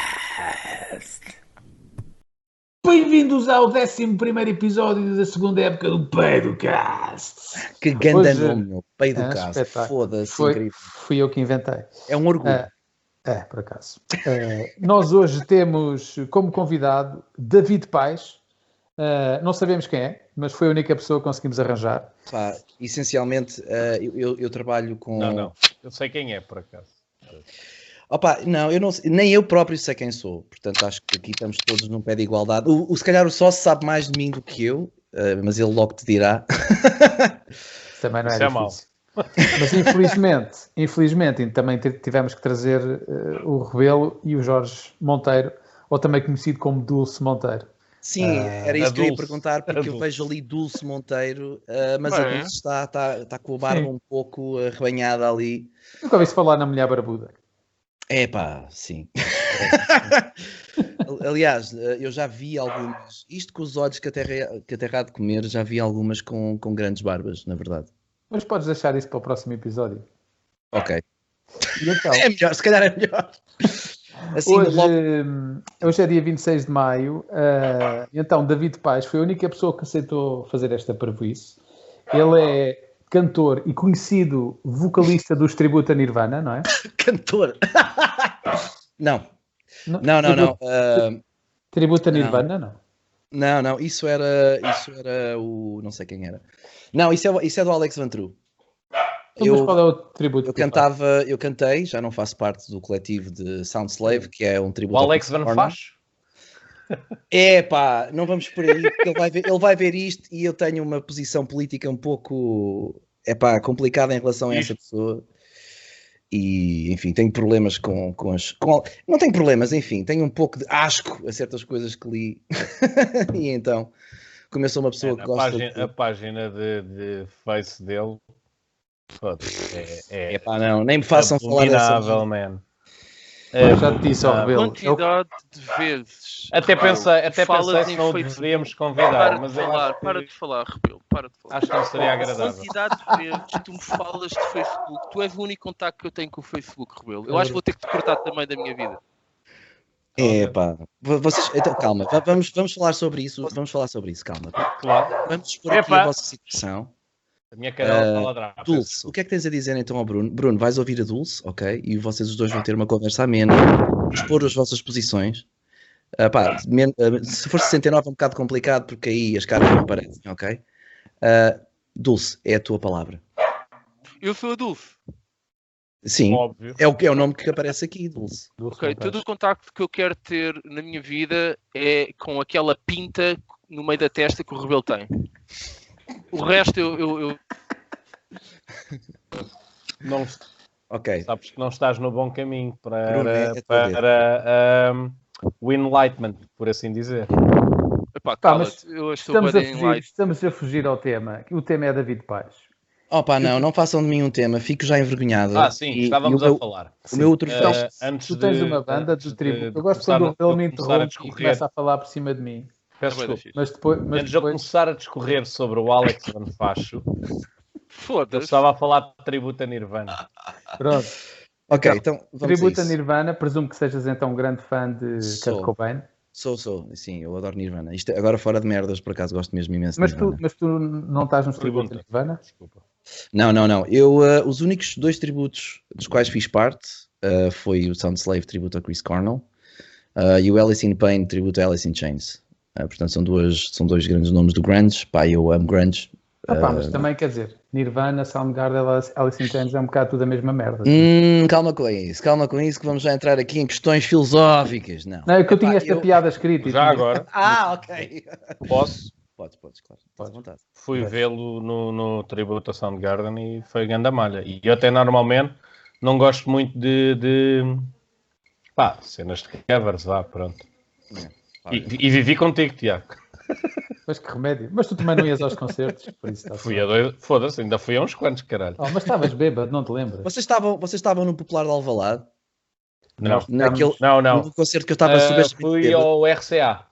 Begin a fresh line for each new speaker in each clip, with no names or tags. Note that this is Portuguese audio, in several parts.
Peidocast. Bem-vindos ao 11 episódio da segunda época do Peidocast.
Que
Pois
grande
é.
nome, meu. Pai do
É um
caso.
espetáculo.
Foda-se,
Foi.
incrível.
Fui eu que inventei.
É um orgulho.
É, é, por acaso. É, nós hoje temos como convidado David Paes. É, não sabemos quem é, mas foi a única pessoa que conseguimos arranjar.
Pá, essencialmente, eh, eu, eu- eu trabalho com.
Não, não. Eu sei quem é, por acaso.
Opa, não, eu não sei- nem eu próprio sei quem sou. Portanto, acho que aqui estamos todos num pé de igualdade. O, o- se calhar o sócio sabe mais de mim do que eu, eh, mas ele logo te dirá.
Também não é
Isso é
difícil. Mas infelizmente, infelizmente, também t- tivemos que trazer eh, o Rebelo e o Jorge Monteiro, ou também conhecido como Dulce Monteiro.
Sim,
Ah,
era isso que eu ia
adulto.
perguntar, porque eu
Adulto.
vejo ali Dulce Monteiro, eh, mas a
Bem.
Dulce está, está, está com a barba
é? Sim.
um pouco arrebanhada ali.
Nunca ouviste falar na mulher barbuda.
É pá, sim. É. Aliás, eh, eu já vi algumas. Isto com os olhos que a terra, que a terra há de comer, já vi algumas com, com grandes barbas, na verdade.
Mas podes deixar isso para o próximo episódio.
Ok.
E então,
É melhor, se calhar é melhor. Assim,
hoje,
logo.
hum, hoje é dia 26 de maio, ah, então David Paes foi a única pessoa que aceitou fazer esta prejuízo. Ele é cantor e conhecido vocalista dos Tributo a Nirvana, não é?
Cantor. não, não, não,
Tributo-
não. ah,
Tributo a
Não.
Nirvana, não.
não, não. Isso era, isso era o. Não sei quem era. Não, isso é, isso é do Alex Van True.
Então, Mas qual é o tributo?
Eu
que ele
cantava, eu cantei, já não faço parte do coletivo de Soundslave, que é um
O
tributo. ao
Alex
Pink
Van
Floyd.
Faz?
É pá, não vamos por aí, porque ele vai ver, ele vai ver isto e eu tenho uma posição política um pouco é pá, complicada em relação a essa pessoa. E enfim, tenho problemas com, com as. com al- não tenho problemas, enfim, tenho um pouco de asco a certas coisas que li. e então, como eu sou uma pessoa que
É, a,
gosta.
página,
de-
a página de, de face dele. Foda-se, É, é
Epá, não, nem me façam falar
abominável,
dessa.
man.
Eu
É,
já te disse ao
Ah,
Rebelo. eu-
quantidade de vezes.
até
Rebelo,
pensei, até
falas
pensei se
em
não o
Facebook.
deveríamos
Para
convidar,
de
mas eu
falar,
acho que-
para de falar, Rebelo, para de falar.
acho que não seria agradável.
Quantidade de vezes tu me falas de Facebook, tu és o único contacto que eu tenho com o Facebook, Rebelo.
É
Eu acho que vou ter que te cortar também da minha vida.
É pá, vocês. Então, calma, va- vamos, vamos falar sobre isso, vamos falar sobre isso, calma.
Claro,
Vamos expor aqui
Epá.
a vossa situação.
a minha canela
Eh,
está ladrada.
Dulce, o que é que tens a dizer então ao Bruno? Bruno, vais ouvir a Dulce, ok? E vocês os dois vão ter uma conversa amena, expor as vossas posições. Ah, pá, men- ah, se for 69 é um bocado complicado porque aí as caras não aparecem, ok? Ah, Dulce, é a tua palavra.
Eu sou Adolfo.
Sim,
Óbvio.
é o, é o nome que aparece aqui, Dulce.
Dulce
Ok,
Monteiro.
todo o contacto que eu quero ter na minha vida é com aquela pinta no meio da testa que o Rebelo tem. O resto eu. eu, eu...
Não,
Ok,
sabes que não estás no bom caminho
Bruno, é a
para,
tua
para ahm, o enlightenment, por assim dizer.
Epá,
Pá, mas
cala-te, eu acho que sou
Estamos a,
bad em
fugir,
life.
estamos a fugir ao tema. O tema é David Paes.
opa, Oh, não, não façam de mim um tema, fico já envergonhado.
Ah, sim,
É, E-
estávamos
e o meu-
a falar.
O meu outro
Eh,
filme-
antes
Então, Tu tens
de-
uma banda
antes
do tributo.
de
Eu gosto quando o
começar a-
Rebelo me
de começar a
interrompe e
discorrer.
começa a falar por cima de mim.
Peço
Bué da
desculpa.
fixe.
Mas depois. Mas
Antes de eu
depois...
começar a discorrer sobre o Alex Van Facho, eu
Foda-se.
estava a falar de tributo a
Ah,
Nirvana.
Pronto.
Ok, então vamos
Tributo
a
a
isso.
Nirvana, presumo que sejas então um grande fã de
Sou.
Kurt Cobain,
Sou, sou, sim, eu adoro Nirvana. Isto, é- agora fora de merdas, por acaso gosto mesmo imenso de
mas
Nirvana.
tu, mas tu não estás nos tributos a
Pergunta.
Nirvana?
Desculpa.
Não, não, não. Eu, eh, os únicos dois tributos dos quais fiz parte eh, foi o Soundslave tributo a Chris Cornell eh, e o Alice in Pain tributo a Alice in Chains. Eh, portanto, são, duas, são dois grandes nomes do grunge. Pá, eu amo grunge.
Ah pá, mas também quer dizer, Nirvana, Soundgarden, Alice- Alice in Chains é um bocado tudo a mesma merda.
Hum, calma com isso, calma com isso que vamos já entrar aqui em questões filosóficas. Não.
Não, é que eu tinha
Epá,
esta
eu-
piada escrita. e
Já
tinha-
agora,
Ah, ok.
posso.
Podes, podes, claro. Estás à
Podes.
vontade.
Fui
Vai.
vê-lo no, no tributo a Soundgarden e foi grande a malha. E eu até normalmente não gosto muito de, de pá, cenas de covers, vá, pronto.
Pá,
E, e vivi contigo, Tiago.
Mas que remédio. Mas tu também não ias aos concertos, por isso está
Fui a dois, foda-se, ainda fui a uns quantos, caralho.
Oh, mas estavas bêbado, não te lembras?
Vocês estavam, vocês estavam no Popular de Alvalade?
Não,
Nós
Naquele
não, Eh, não.
no concerto que eu estava
Ah,
super
fui ao RCA.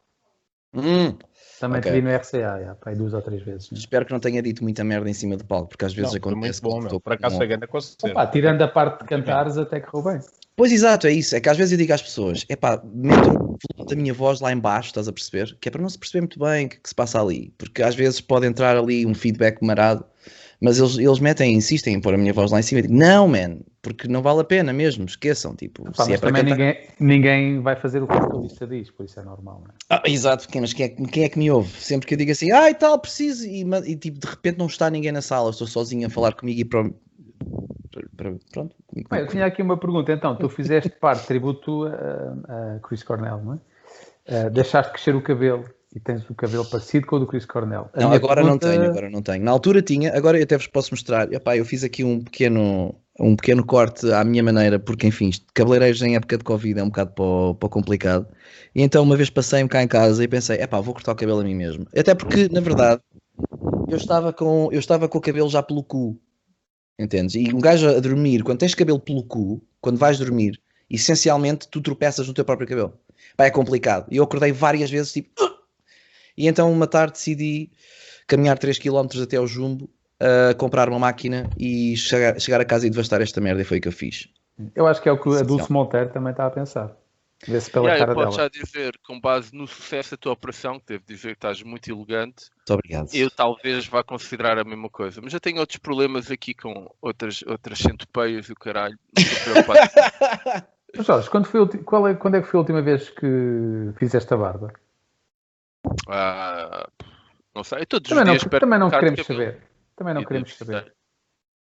Hum,
Também
Ok.
te vi no RCA, já, pá, aí duas ou três vezes. né?
Espero que não tenha dito muita merda em cima do palco, porque às vezes
Não, foi
acontece.
muito bom,
que
meu.
estou
Por acaso
com-
foi grande concerto.
Opa, tirando a parte de cantares, até que roubei.
Pois exato, é isso. É que às vezes eu digo às pessoas: é pá, metam o volume da minha voz lá em baixo, estás a perceber? Que é para não se perceber muito bem o que, que se passa ali. Porque às vezes pode entrar ali um feedback marado, mas eles, eles metem, insistem em pôr a minha voz lá em cima. Eu digo, não, man, porque não vale a pena mesmo, esqueçam. Tipo,
Pá,
se é
mas
para
também
cantar-
ninguém, ninguém vai fazer o que o vocalista diz, por isso é normal. Né?
Ah, exato, quem, mas quem é, que- quem é que me ouve? Sempre que eu digo assim, ai tal, preciso, e, ma- e, tipo, de repente não está ninguém na sala, eu estou sozinho a falar comigo e pro- pro- pro- pronto.
Bem, eu tinha aqui uma pergunta, então, tu fizeste parte, tributo a, a Chris Cornell, não é? Ah, deixaste crescer o cabelo e tens o cabelo parecido com o do Chris Cornell. Então, A
Não,
minha
agora não
pergunta-
tenho, agora não tenho. Na altura tinha, agora eu até vos posso mostrar. Epá, eu fiz aqui um pequeno, um pequeno corte à minha maneira, porque enfim, isto de cabeleireiros em época de Covid é um bocado para o- para o complicado. E então uma vez passei-me cá em casa e pensei, epá, vou cortar o cabelo a mim mesmo. Até porque, na verdade, eu estava com, eu estava com o cabelo já pelo cu. Entendes? E um gajo a dormir, quando tens cabelo pelo cu, quando vais dormir, essencialmente tu tropeças no teu próprio cabelo. Pá, é complicado. E eu acordei várias vezes, tipo... "Ugh!" E então uma tarde decidi caminhar 3km até ao Jumbo, a comprar uma máquina e chegar, chegar a casa e devastar esta merda. E foi o que eu fiz.
Eu acho que é o que a Dulce Monteiro também está a pensar. Vê-se pela
Yeah, eu
cara
posso
dela.
já dizer, com base no sucesso da tua operação, que devo dizer que estás muito elegante,
Muito obrigado.
eu talvez vá considerar a mesma coisa. Mas eu tenho outros problemas aqui com outras, outras centopeias e o caralho. Não estou preocupado.
Mas, Jorge, quando, foi a ulti- qual é, quando é que foi a última vez que fizeste a barba?
Ah, não sei, todos
Também
os
não,
dias espero
também não
ficar de
queremos
cabelo.
saber. Também não
E
queremos
devo
saber.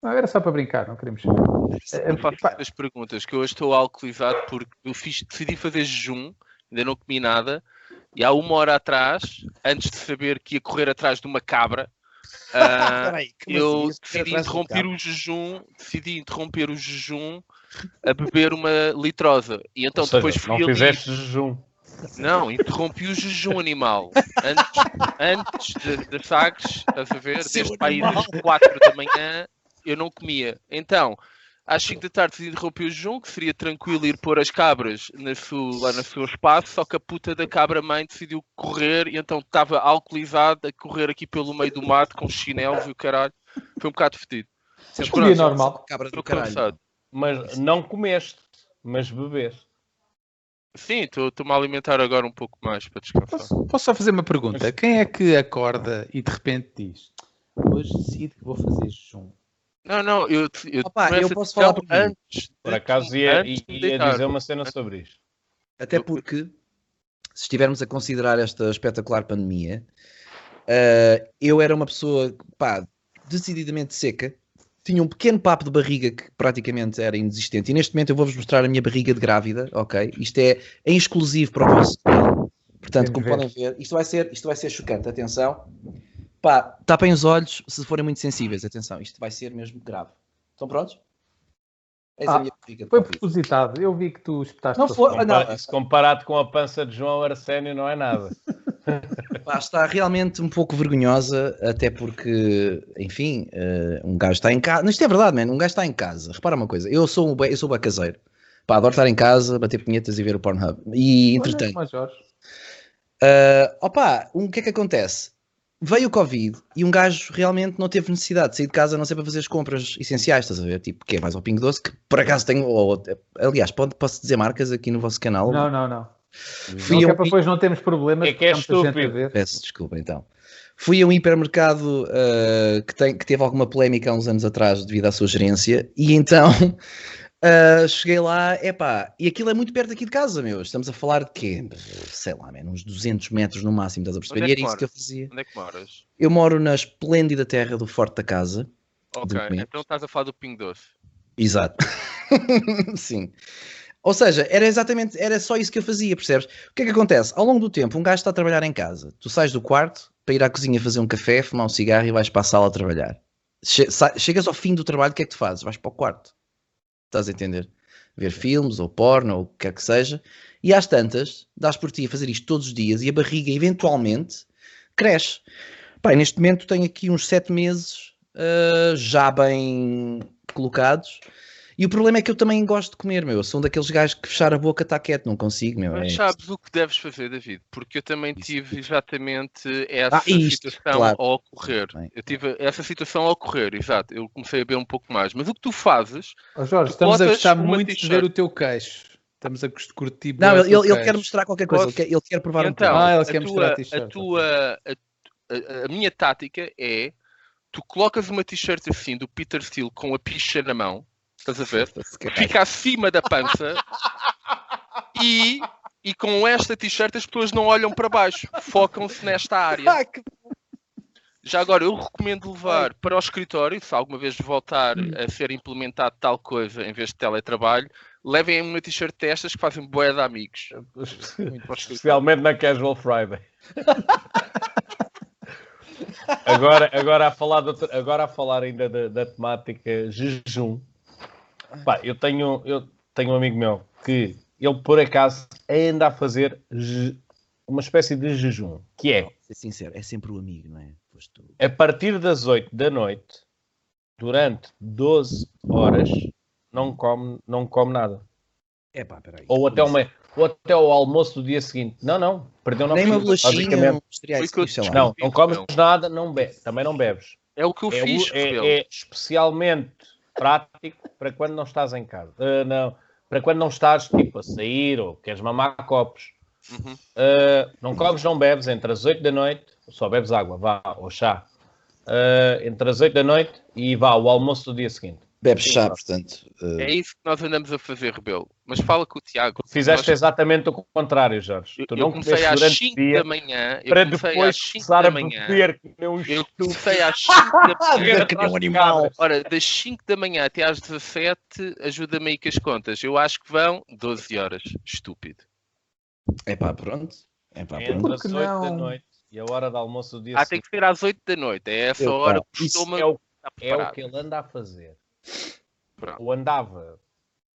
Não, era só para brincar, não queremos saber. É,
Eu faço
pá.
estas perguntas, que eu hoje estou alcoolizado porque eu fiz- decidi fazer jejum, ainda não comi nada, e há uma hora atrás, antes de saber que ia correr atrás de uma cabra, ah, eu decidi interromper o jejum, decidi interromper o jejum a beber uma litrosa. E então
Ou seja,
depois fui
não
ali-
fizeste jejum.
Não, interrompi o jejum animal. Antes, antes de, de Sagres, estás a ver?
Seu
Desde para aí
animal.
das 4 da manhã eu não comia. Então, às 5 da tarde decidi interromper o jejum, que seria tranquilo ir pôr as cabras na sua, lá no seu espaço, só que a puta da cabra mãe decidiu correr e então estava alcoolizada a correr aqui pelo meio do mato com chinelos e o caralho. Foi um bocado fedido. Mas
Podia
pronto,
um normal.
Cabra do
estou
caralho.
cansado.
Mas não comeste, mas bebeste.
Sim, estou- estou-me a alimentar agora um pouco mais para descansar.
Posso, posso só fazer uma pergunta? Quem é que acorda e de repente diz hoje decido que vou fazer jejum?
Não, não, eu, eu,
Opa,
tomei
eu
essa
posso
decisão
falar por mim.
antes. de-
Por acaso ia,
antes de
ia
deitar.
dizer uma cena sobre isto.
Até porque, se estivermos a considerar esta espetacular pandemia, eh, eu era uma pessoa, pá, decididamente seca, tinha um pequeno papo de barriga que praticamente era inexistente. E neste momento eu vou-vos mostrar a minha barriga de grávida, ok? Isto é em exclusivo para o vosso canal. Portanto,
Queremos
como
ver.
podem ver, isto vai ser, isto vai ser chocante, atenção. Pá, tapem os olhos se forem muito sensíveis, atenção, isto vai ser mesmo grave. Estão prontos? Eis a
Ah,
minha barriga de
Foi
Covid.
propositado, eu vi que tu espetaste.
Não
o
foi-
som.
Ah, não.
Compa- Se comparado com a pança de João Arsénio, não é nada.
Pá, está realmente um pouco vergonhosa, até porque, enfim, eh, um gajo está em casa. Isto é verdade, mano. Um gajo está em casa. Repara uma coisa, eu sou um ba- eu sou bacaseiro. Pá, adoro estar em casa, bater punhetas e ver o Pornhub. E
Olha,
entretanto,
mas, Jorge,
ah, opa, um- o que é que acontece? Veio o Covid e um gajo realmente não teve necessidade de sair de casa a não ser para fazer as compras essenciais, estás a ver? Tipo, que é mais ao Pingo Doce, que por acaso tenho. ou- aliás, pode- posso dizer marcas aqui no vosso canal.
Não, não, não.
Fui
Não que
a um
é para depois não termos problemas.
É que é
porque há muita gente a
estúpido.
ver.
Peço desculpa então. Fui a um hipermercado uh, que, tem- que teve alguma polémica há uns anos atrás devido à sua gerência e então uh, cheguei lá, epá, e aquilo é muito perto aqui de casa, meu. Estamos a falar de quê? Sei lá, man, uns 200 metros no máximo, estás a perceber?
Onde é
E
que
era isso que eu
moras?
fazia.
Onde é que moras?
Eu moro na esplêndida terra do Forte da Casa.
Ok,
Documentos.
então estás a falar do Pingo Doce.
Exato. Sim. Ou seja, era exatamente, era só isso que eu fazia, percebes? O que é que acontece? Ao longo do tempo, um gajo está a trabalhar em casa. Tu sais do quarto para ir à cozinha fazer um café, fumar um cigarro e vais para a sala a trabalhar. Che- sa- Chegas ao fim do trabalho, o que é que tu fazes? Vais para o quarto. Estás a entender? Ver filmes ou porno ou o que quer que seja. E às tantas, dás por ti a fazer isto todos os dias e a barriga eventualmente cresce. Pá, e neste momento tenho aqui uns sete meses ah, já bem colocados E o problema é que eu também gosto de comer, meu. Eu sou um daqueles gajos que fechar a boca está quieto, não consigo, meu.
Mas
É-
sabes o que deves fazer, David? Porque eu também tive exatamente essa
Ah, isto,
situação
claro.
a ocorrer.
Bem.
Eu tive essa situação a ocorrer, exato. Eu comecei a beber um pouco mais. Mas o que tu fazes,
Ó, Jorge, estamos
Tu
Estamos a
botas
gostar
uma
muito de
t-shirt.
ver o teu queixo. Estamos a cust- curtir. bué
Não,
o
ele,
teu
ele- ele
queixo.
quer mostrar qualquer coisa, ele quer, ele quer provar
então,
um
Ah, ele
a,
quer
tua,
mostrar a
a,
t-shirt,
tua- a- a- a minha tática é tu colocas uma t-shirt assim do Peter Steele com a picha na mão, estás a ver? Fica acima da pança e, e com esta t-shirt as pessoas não olham para baixo, focam-se nesta área.
Ah, que-
Já agora, eu recomendo levar para o escritório, se alguma vez voltar
Hum.
a ser implementado tal coisa em vez de teletrabalho, levem uma t-shirt destas que fazem boia de amigos. Para o escritório.
Especialmente na Casual Friday. agora, agora, a falar de outra- agora a falar ainda da, da temática jejum. Pá, eu tenho, eu tenho um amigo meu que ele por acaso anda a fazer je- uma espécie de jejum, que é
Ser sincero, é sempre o amigo, não é? Pois tu-
a partir das 8 da noite, durante 12 horas, não come, não come nada.
É pá, peraí.
Ou até, uma, ou até o almoço do dia seguinte. Não, não, perdeu
Nem uma
9 quilos,
bolachinha,
basicamente.
um cereais,
Foi que eu-
sei lá.
Não, não comes
Não.
nada, não be também não bebes.
É o que eu
É, o-
fiz,
é-
Rebelo.
é especialmente prático para quando não estás em casa. Ah, não, para quando não estás tipo a sair ou queres mamar copos.
Uhum.
Ah, não comes, não bebes entre as 8 da noite, só bebes água, vá, ou chá. Ah, entre as 8 da noite e vá ao almoço do dia seguinte.
Bebe chá, portanto. eh,
É isso que nós andamos a fazer, Rebelo. Mas fala com o Tiago.
Tu fizeste
Nós-
exatamente o contrário, Jorge. Tu
eu,
não
eu comecei
comeste
às
durante o
5
dia
da manhã. Eu
para
comecei às
depois
5
começar
da
a
manhã.
beber que nem um
Eu
estúpido.
comecei às 5 da manhã.
que nem um animal.
Ora, das 5 da manhã até às 17, ajuda-me aí com as contas. Eu acho que vão 12 horas. Estúpido.
É pá, pronto. É pá, pronto.
Entre as
Porque
8 da
não?
noite e a hora do almoço do dia
Ah, tem
seguinte.
que ser às 8 da noite. É essa
Epá,
hora que
isso
costuma
É o
estar
É o
parado.
que ele anda a fazer.
Pronto.
Ou andava.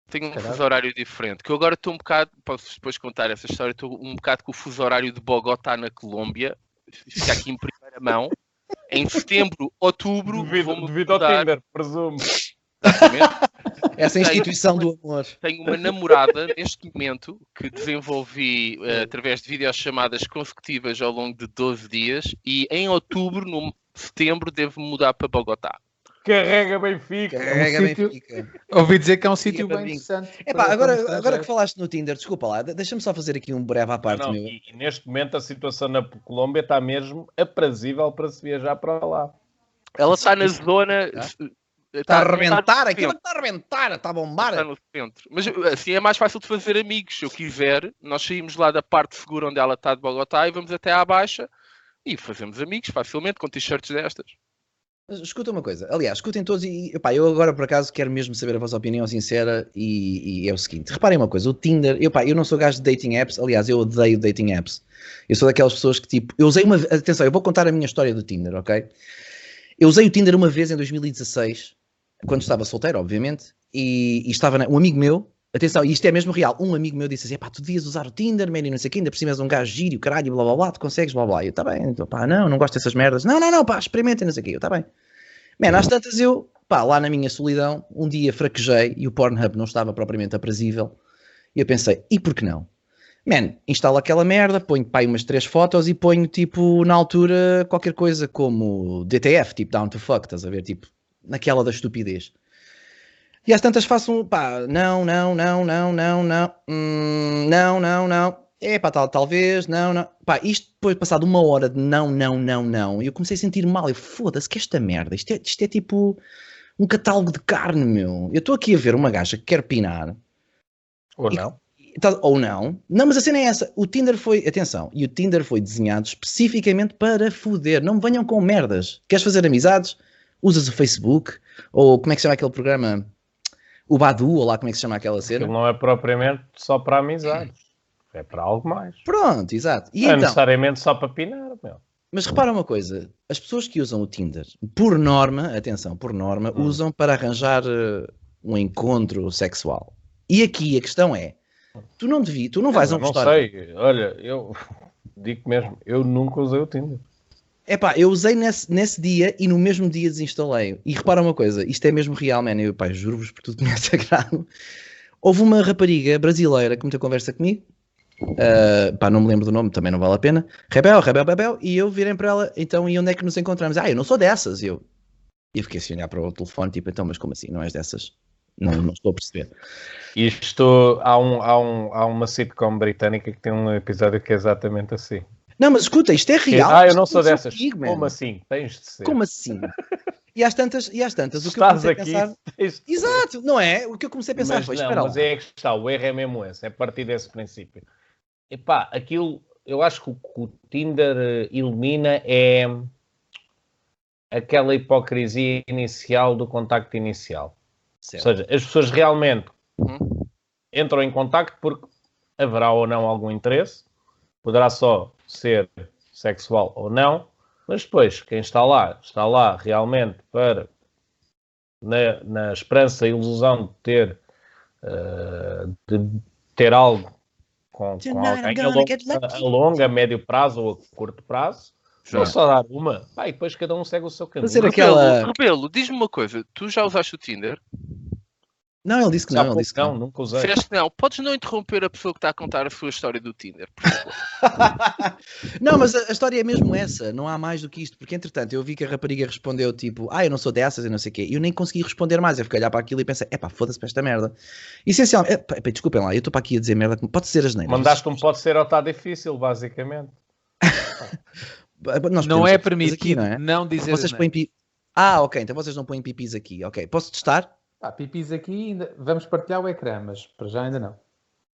Tenho um
Caralho.
fuso horário diferente. Que eu agora estou um bocado, posso depois contar essa história, estou um bocado com o fuso horário de Bogotá na Colômbia. Fica aqui em primeira mão. Em setembro, outubro, vou-me mudar.
presumo.
Essa é instituição do amor.
Tenho uma namorada neste momento que desenvolvi eh, através de videochamadas consecutivas ao longo de 12 dias e em outubro, no setembro, devo mudar para Bogotá.
Carrega Benfica.
Carrega
um
Benfica.
Ouvi dizer que é um sítio bem
Benfica.
interessante.
É
para-
pá,
para
agora,
mostrar
agora
já.
que falaste no Tinder, desculpa lá, de- deixa-me só fazer aqui um breve à parte,
Não,
meu.
e, e neste momento a situação na Colômbia está mesmo aprazível para se viajar para lá.
Ela está na zona.
Tá. Está
Está
a arrebentar,
no
aquilo que está a arrebentar, está a bombar.
Está no centro. Mas assim é mais fácil de fazer amigos. Se eu quiser, nós saímos lá da parte segura onde ela está de Bogotá e vamos até à baixa e fazemos amigos facilmente com t-shirts destas.
Mas Escuta uma coisa, aliás, escutem todos e epá, eu agora por acaso quero mesmo saber a vossa opinião sincera e, e é o seguinte, reparem uma coisa, o Tinder, epá, eu não sou gajo de dating apps, aliás, eu odeio dating apps. Eu sou daquelas pessoas que tipo, eu usei uma, atenção, eu vou contar a minha história do Tinder, ok? Eu usei o Tinder uma vez em 2016, quando estava solteiro, obviamente, e, e estava na- um amigo meu, atenção, e isto é mesmo real, um amigo meu disse assim, epá, tu devias usar o Tinder, man, e não sei o quê, ainda por cima és um gajo giro, e caralho, e blá blá blá, tu consegues, blá blá, E eu, tá bem, então, pá, não, não gosto dessas merdas, não, não, não, pá, experimenta, e não sei o quê, eu, tá bem. Man, às tantas eu, pá, lá na minha solidão, um dia fraquejei e o Pornhub não estava propriamente aprazível. E eu pensei, e por que não? Man, instalo aquela merda, ponho pá, aí umas três fotos e ponho, tipo, na altura, qualquer coisa como DTF, tipo, down to fuck, estás a ver? Tipo, naquela da estupidez. E às tantas faço um, pá, não, não, não, não, não, não, hum, não, não, não. É pá, tal, talvez, não, não. Pá, isto depois de passado uma hora de não, não, não, não, eu comecei a sentir mal. Eu foda-se que esta merda, isto é, isto é tipo um catálogo de carne, meu. Eu estou aqui a ver uma gaja que quer pinar,
Ou
E- e tal- ou não. Não, mas a cena é essa. O Tinder foi, atenção, e o Tinder foi desenhado especificamente para foder. Não me venham com merdas. Queres fazer amizades? Usas o Facebook, ou como é que se chama aquele programa? O Badu, ou lá como é que se chama aquela
Ele
cena.
não é propriamente só para amizades. É para algo mais.
Pronto, exato. E
não é
então,
necessariamente só para pinar, meu.
Mas repara uma coisa, as pessoas que usam o Tinder, por norma, atenção, por norma,
Hum.
usam para arranjar eh, um encontro sexual. E aqui a questão é, tu não devi, tu não vais a
Eu
um
É, não
restaurante.
sei. Olha, eu digo mesmo, eu nunca usei o Tinder.
Epá, eu usei nesse, nesse dia e no mesmo dia desinstalei. E repara uma coisa, isto é mesmo real, man. Eu, pá, juro-vos por tudo que me é sagrado. Houve uma rapariga brasileira que meteu conversa comigo. ah, pá, não me lembro do nome, também não vale a pena. Rebel, Rebel, Rebel. E eu virei para ela, então, e onde é que nos encontramos? Ah, eu não sou dessas. E eu, e eu fiquei assim a olhar para o telefone, tipo, então, mas como assim? Não és dessas? Não, não estou a perceber.
Isto há, um, há, um, há uma sitcom britânica que tem um episódio que é exatamente assim.
Não, mas escuta, isto é real.
ah, eu
isto
não sou
aconteceu
dessas.
comigo, man.
Como assim? Tens de ser.
Como assim? E às tantas, e às tantas, o que
Estás
eu comecei
aqui.
a pensar.
tens de-
Exato, não é? O que eu comecei a pensar
mas,
foi:
não,
espera
mas
lá.
é que está, o erro é mesmo esse, é partir desse princípio. Epá, aquilo, eu acho que o que o Tinder eh, elimina é aquela hipocrisia inicial do contacto inicial.
Certo.
Ou seja, as pessoas realmente
Uhum.
entram em contacto porque haverá ou não algum interesse, poderá só ser sexual ou não, mas depois quem está lá, está lá realmente para na, na esperança e ilusão de ter eh, de ter algo com, com
Tonight I'm
alguém a
gonna get
longo- a
lucky.
longo, a médio prazo ou a curto prazo,
Já.
não só dar uma, pá, e depois cada um segue o seu caminho.
Mas era que-
Rebelo,
Aquela-
Rebelo, diz-me uma coisa. Tu já usaste o Tinder?
Não, ele disse que
Já
não, ele disse que
não,
não.
nunca usei.
Disseste que não. Podes não interromper a pessoa que está a contar a sua história do Tinder.
Não, mas a, a história é mesmo essa, não há mais do que isto, porque entretanto eu vi que a rapariga respondeu tipo, ah, eu não sou dessas e não sei o quê, e eu nem consegui responder mais, eu fiquei a olhar para aquilo e pensei, epá, foda-se para esta merda. Essencialmente, epá, epá, desculpem lá, eu estou para aqui a dizer merda, que pode ser as neiras.
Mandaste um pode ser ou está difícil, basicamente.
Nós
Não
podemos
é
fazer isso
permitido
aqui, não é?
não dizer
Vocês põem pi... Ah, ok, então vocês não põem pipis aqui, ok, posso testar?
Pá, pipis aqui, ainda... vamos partilhar o ecrã, mas para já ainda não.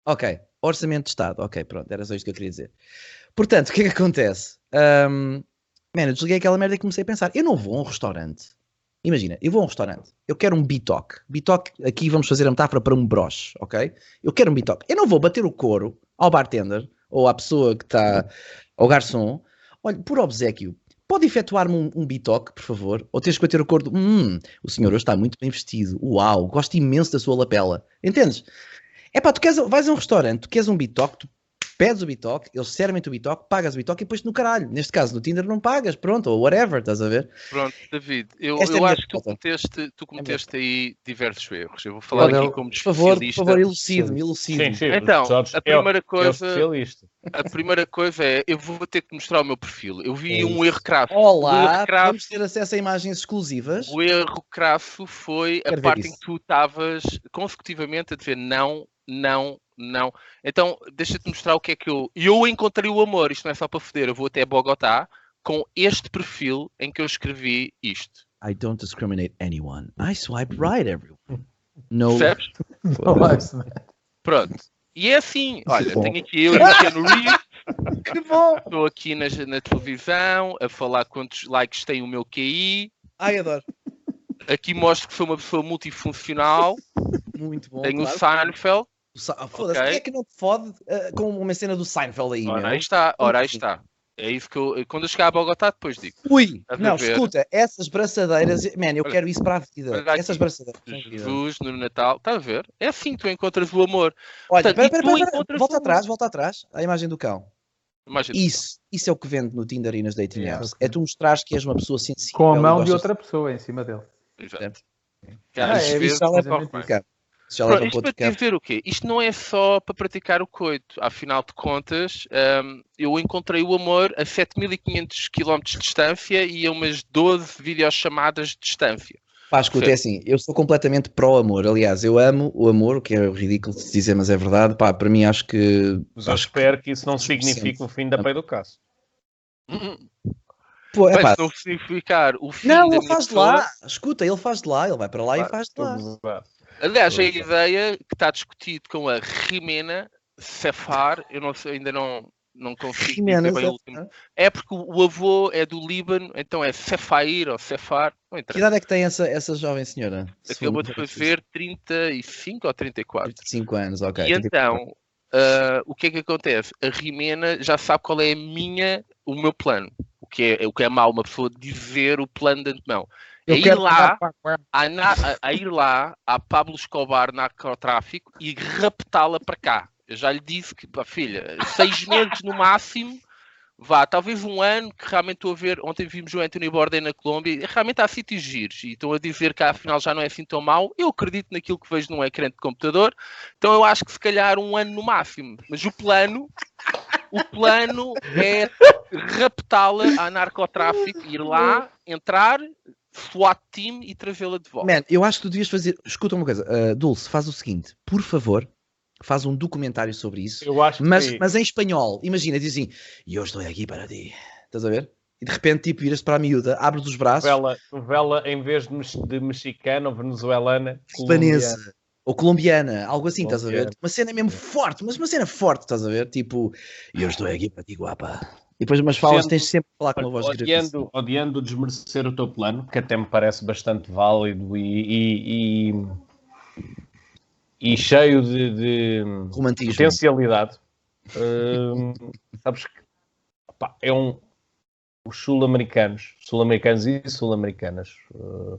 Ok, orçamento de Estado. Ok, pronto, era só isto que eu queria dizer. Portanto, o que é que acontece? Ahm, man, eu desliguei aquela merda e comecei a pensar: eu não vou a um restaurante. Imagina, eu vou a um restaurante, eu quero um bitoque. Bitoque, aqui vamos fazer a metáfora para um broche, ok? Eu quero um bitoque. Eu não vou bater o couro ao bartender ou à pessoa que está, ao garçom. Olha, por obsequio, pode efetuar-me um, um bitoque, por favor? Ou tens que bater o couro? do, Hum, o senhor hoje está muito bem vestido. Uau, gosto imenso da sua lapela. Entendes? É pá, tu queres, vais a um restaurante, tu queres um bitoque, tu pedes o bitoque, eles servem-te o bitoque, pagas o bitoque e depois no caralho. Neste caso, no Tinder não pagas, pronto, ou whatever, estás a ver?
Pronto, David, eu,
Esta é a
eu
minha
acho que tu
resposta. É
cometeste, tu
minha
cometeste aí diversos erros. Eu vou falar
Olha,
aqui como
Por favor, por
especialista.
favor, elucide-me, elucide-me.
sim,
Então,
Jorge
a
é o-
primeira
é o
coisa,
especialista.
a primeira coisa é, eu vou ter que mostrar o meu perfil. Eu vi
É
um erro cravo. Um
Olá,
erro cravo,
vamos ter acesso a imagens exclusivas.
o erro cravo foi a
Quero ver
parte em
isso.
que tu estavas consecutivamente a dizer não, não, não. Então, deixa-te mostrar o que é que eu... Eu encontrei o amor, isto não é só para foder, eu vou até Bogotá com este perfil em que eu escrevi isto.
I don't discriminate anyone. I swipe right everyone. No. Oh,
Percebes?
Não vai se-
Pronto. E é assim, olha,
bom.
tenho aqui eu e o Keanu Reeves. Que bom! Estou aqui na, na televisão a falar quantos likes tem o meu QI.
Ai, adoro.
Aqui mostro que sou uma pessoa multifuncional.
Muito bom.
tenho
claro.
o Seinfeld.
Sa- ah, Foda-se,
Ok.
quem é que não te fode ah, com uma cena do Seinfeld aí,
Ora,
meu?
aí está, ora, aí está. É isso que eu. Quando eu chegar a Bogotá, depois digo.
Ui,
Estás a
não,
ver?
escuta, essas braçadeiras, man, eu
Olha,
quero isso para a vida.
olha aqui.
Essas braçadeiras. são incríveis.
Jesus no Natal, está a ver? É assim que tu encontras o amor.
Olha,
Portanto,
pera,
e
pera,
tu
pera, pera,
encontras
volta
um-
atrás, volta atrás, a imagem do cão.
Imagina.
Isso, isso é o que vende no Tinder e nas dating
Yeah,
apps.
ok.
É tu mostrares que és uma pessoa sensível.
Com a
e
mão
gostas
de outra pessoa em cima dele.
Exato.
Certo.
Que às
Ah, é,
vezes
Isso já leva
corre
para outro
bem.
campo. Isso já
Pronto,
leva para
isto
outro
para te
campo.
dizer o quê? Isto não é só para praticar o coito. Afinal de contas, hum, eu encontrei o amor a 7500 km de distância e a umas 12 videochamadas de distância.
Pá, escuta, é assim, eu sou completamente pró-amor. Aliás, eu amo o amor, o que é ridículo de se dizer, mas é verdade. Pá, para mim acho que.
Mas eu
acho que- é
espero que isso não
acho que
signifique
sim.
o fim da pei do caso.
Pô, é
Mas
pá,
não significar o fim
não,
da
ele
minha
faz de
pessoa.
lá. Escuta, ele faz de lá, ele vai para lá e faz de lá.
Aliás, a ideia que está discutido com a Rimena Safar, eu não sei, ainda não, não consigo
Jimena,
dizer bem o último. É porque o avô é do Líbano, então é Safair ou Safar. Não
Que
interessa.
idade é que tem essa, essa jovem senhora? Se for
Acabou de
muito preciso.
fazer 35 ou 34.
35 anos, ok.
e
34.
então, ah, o que é que acontece? A Rimena já sabe qual é a minha, o meu plano. O que é, o que é mau, uma pessoa dizer o plano de antemão. É ir lá, a, na- a- a ir lá a Pablo Escobar narcotráfico e raptá-la para cá. Eu já lhe disse que, pá, filha, seis meses no máximo, vá, talvez um ano que realmente estou a ver. Ontem vimos o Anthony Borden na Colômbia e realmente há sítios giros e estão a dizer que afinal já não é assim tão mau. Eu acredito naquilo que vejo num ecrã de computador, então eu acho que se calhar um ano no máximo. Mas o plano, o plano é raptá-la a narcotráfico, ir lá, entrar, SWAT team e trazê-la de volta.
Man, eu acho que tu devias fazer. Escuta uma coisa, ah, Dulce, faz o seguinte, por favor, faz um documentário sobre isso,
Eu acho que
mas, mas em espanhol. Imagina, diz assim: Eu estou aqui para ti. Estás a ver? E de repente, tipo, iras para a miúda, abres os braços,
novela, novela em vez de, mex- de mexicana ou venezuelana,
hispanesa.
colombiana.
Ou colombiana, algo assim, estás a ver?
Colombiana.
Uma cena mesmo forte, mas uma cena forte, estás a ver? Tipo, eu estou aqui para ti, guapa. E depois umas falas,
Sendo-
tens sempre de falar com uma voz assim, grave.
Odiando, odiando desmerecer o teu plano, que até me parece bastante válido e, e, e- e cheio de- de,
Romantismo.
potencialidade. Hum, sabes que pá, é um. Os sul-americanos, sul-americanos e sul-americanas, uh,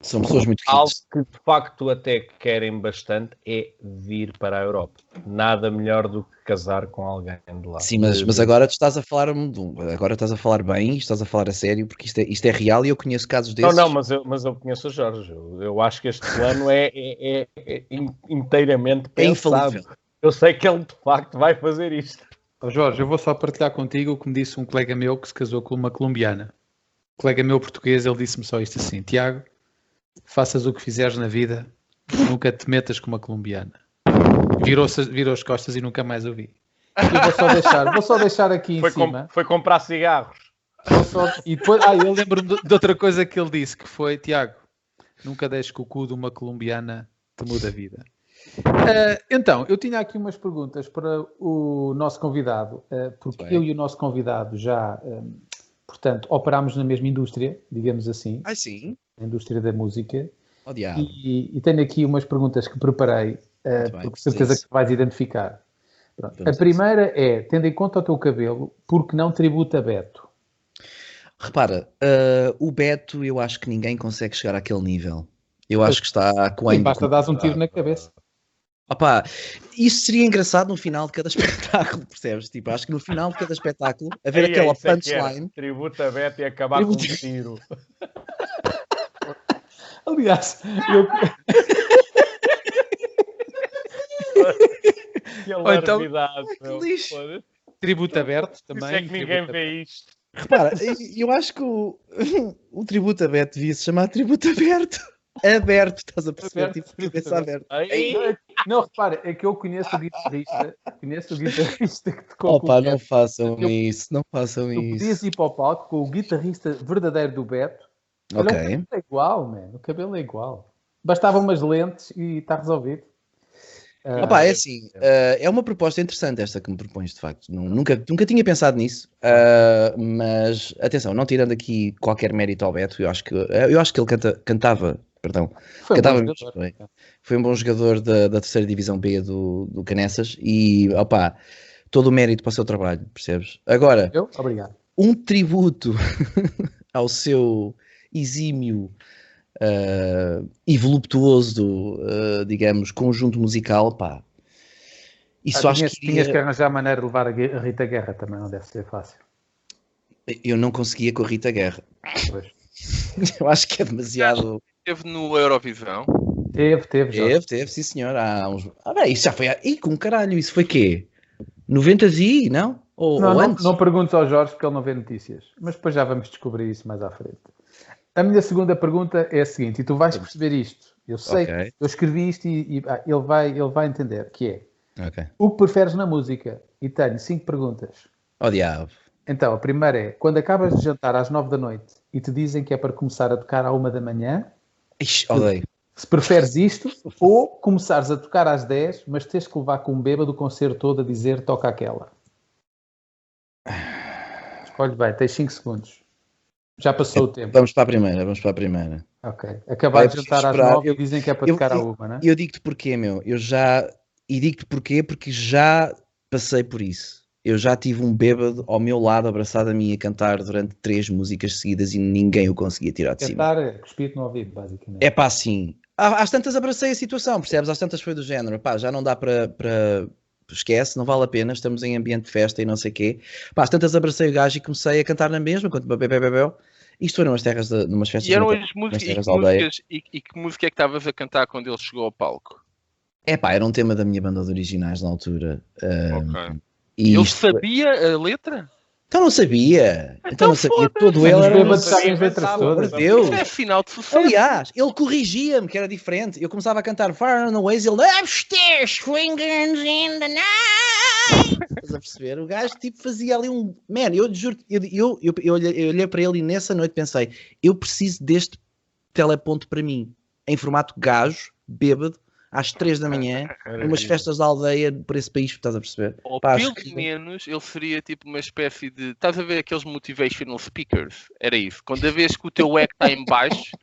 São pessoas muito
algo
quentes.
que de facto até querem bastante é vir para a Europa. Nada melhor do que casar com alguém de lá. Eh,
Sim, mas,
eh,
mas agora tu estás a falar de um- agora estás a falar bem, estás a falar a sério, porque isto é, isto é real e eu conheço casos
Não,
desses.
não, mas eu, mas eu conheço o Jorge. Eu, eu acho que este plano é, é- é- é in- inteiramente
é
pensado.
infalível.
Eu sei que ele de facto vai fazer isto.
Ó Jorge, eu vou só partilhar contigo o que me disse um colega meu que se casou com uma colombiana. Um colega meu português, ele disse-me só isto assim: Tiago, faças o que fizeres na vida, nunca te metas com uma colombiana. Virou-se- Virou, as costas e nunca mais ouvi.
Eu vou só deixar, vou só deixar aqui em
Foi, com-
cima.
foi comprar cigarros.
Vou só- E depois, ah,
Eu
ele
lembro-me de de outra coisa que ele disse, que foi: Tiago, nunca deixes que o cu de uma colombiana te mude a vida.
Ah, então, eu tinha aqui umas perguntas para o nosso convidado, ah, porque
Muito bem.
eu e o nosso convidado já, hum, portanto, operámos na mesma indústria, digamos assim,
Ai sim, Oh,
na indústria da música,
odiado.
e, e tenho aqui umas perguntas que preparei, ah,
Muito bem,
porque de certeza
isso.
que vais identificar. Pronto.
Vamos a
A
isso.
primeira é, tendo em conta o teu cabelo, por que não tributa Beto?
Repara, ah, o Beto, eu acho que ninguém consegue chegar àquele nível. Eu acho que está com a
E basta dar um tiro na cabeça.
Opa, isso seria engraçado no final de cada espetáculo, percebes? Tipo, acho que no final de cada espetáculo, haver
Aí é
aquela
isso é que era.
punchline.
Tributo a Beto e acabar com um tiro.
Aliás, eu,
Que
Ou então-
alarvidade, meu.
lixo.
Foda-se.
Então,
Tributo aberto
Por
também.
isso é que ninguém
tributo
vê isto.
Repara, eu- eu acho que o, o tributo aberto devia se chamar tributo aberto. Aberto, estás a perceber?
Aberto,
Tipo, cabeça aberta.
Aí,
não, repare, é que eu conheço o guitarrista, conheço o guitarrista que tocou com o
Opa, não façam
Eu-
isso, não façam
Tu podias
isso.
ir para o palco com o guitarrista verdadeiro do Beto. Olha, o
Ok.
cabelo é igual, man. O cabelo é igual. Bastavam umas lentes e está resolvido. Ah,
Opa, é assim, ah, é uma proposta interessante esta que me propões, de facto. Nu- Nunca, nunca tinha pensado nisso, ah, mas atenção, não tirando aqui qualquer mérito ao Beto, eu acho que, eh, eu acho que ele canta- cantava, perdão,
foi um bom
cantava
jogador.
muito bem. Foi um bom jogador da, da terceira divisão B do, do Canessas e, opá, todo o mérito para o seu trabalho, percebes? Agora,
Eu? Obrigado.
um tributo ao seu exímio ah, e voluptuoso, ah, digamos, conjunto musical, pá. Isso
Ah,
acho
tinhas,
que
tinhas
iria-
que arranjar maneira de levar a Gui- a Rita Guerra também, não deve ser fácil.
eu não conseguia com a Rita Guerra.
Pois.
Eu acho que é demasiado.
Esteve no Eurovisão.
Teve, teve, Jorge.
Teve, teve, sim senhor. Há uns... ah, bem, isso já foi. há- Ih, com caralho, isso foi quê? 90 e, não? Ou,
Não,
ou
não,
antes?
não perguntes ao Jorge porque ele não vê notícias. Mas depois já vamos descobrir isso mais à frente. A minha segunda pergunta é a seguinte, e tu vais perceber isto. Eu sei,
Ok.
eu escrevi isto e, e, ah, ele, vai, ele vai entender, que é
Ok.
o que preferes na música? E tenho cinco perguntas.
Oh diabo.
Então, a primeira é, quando acabas de jantar às nove da noite e te dizem que é para começar a tocar à uma da manhã,
Ixi, odeio.
se preferes isto, ou começares a tocar às 10, mas tens que levar com um bêbado o concerto todo a dizer toca aquela. Escolhe bem, tens 5 segundos. Já passou
Então,
o tempo.
Vamos para a primeira, vamos para a primeira.
Ok. Acabar de
Vai,
jantar às
esperar.
9 e
Eu-
dizem que é para
eu-
tocar à uma, né?
E eu digo-te porquê, meu. Eu já. E digo-te porquê, porque já passei por isso. Eu já tive um bêbado ao meu lado, abraçado a mim, a cantar durante três músicas seguidas e ninguém o conseguia tirar de cima.
Cantar é cuspir no ouvido, basicamente.
É pá, assim. Há- Às tantas abracei a situação, percebes? Às tantas foi do género. Pá, já não dá para. para esquece, não vale a pena, estamos em ambiente de festa e não sei o quê. Pá, às tantas abracei o gajo e comecei a cantar na mesma, quando bebeu, bebeu, bebeu. Isto foi numas terras, de, numas festas.
E um eram
de-
as músicas, e que,
terras da aldeia.
músicas e, e que música é que estavas a cantar quando ele chegou ao palco?
É pá, era um tema da minha banda de originais na altura. ah,
Ok.
e é-
Ele
isto foi-
sabia a letra?
Então não sabia. Então,
Então
não sabia.
foda-se.
Todo ele
Os
era um
bêbados
Pelo
sabem as letras todas.
amor de Deus.
Isso é sinal de sucesso.
Aliás, ele corrigia-me, que era diferente. Eu começava a cantar Far and Away e ele Upstairs, fingers in the night. Estás a perceber? O gajo tipo fazia ali um. Man, eu juro, eu, eu, eu, eu olhei, eu olhei para ele e nessa noite pensei: eu preciso deste teleponto para mim, em formato gajo, bêbado, às 3 da manhã, numas festas da aldeia por esse país, estás a perceber?
Ou
Pá,
pelo
acho que-
menos ele seria tipo uma espécie de. Estás a ver aqueles motivational speakers? Era isso. Quando a vez que o teu ego está em baixo,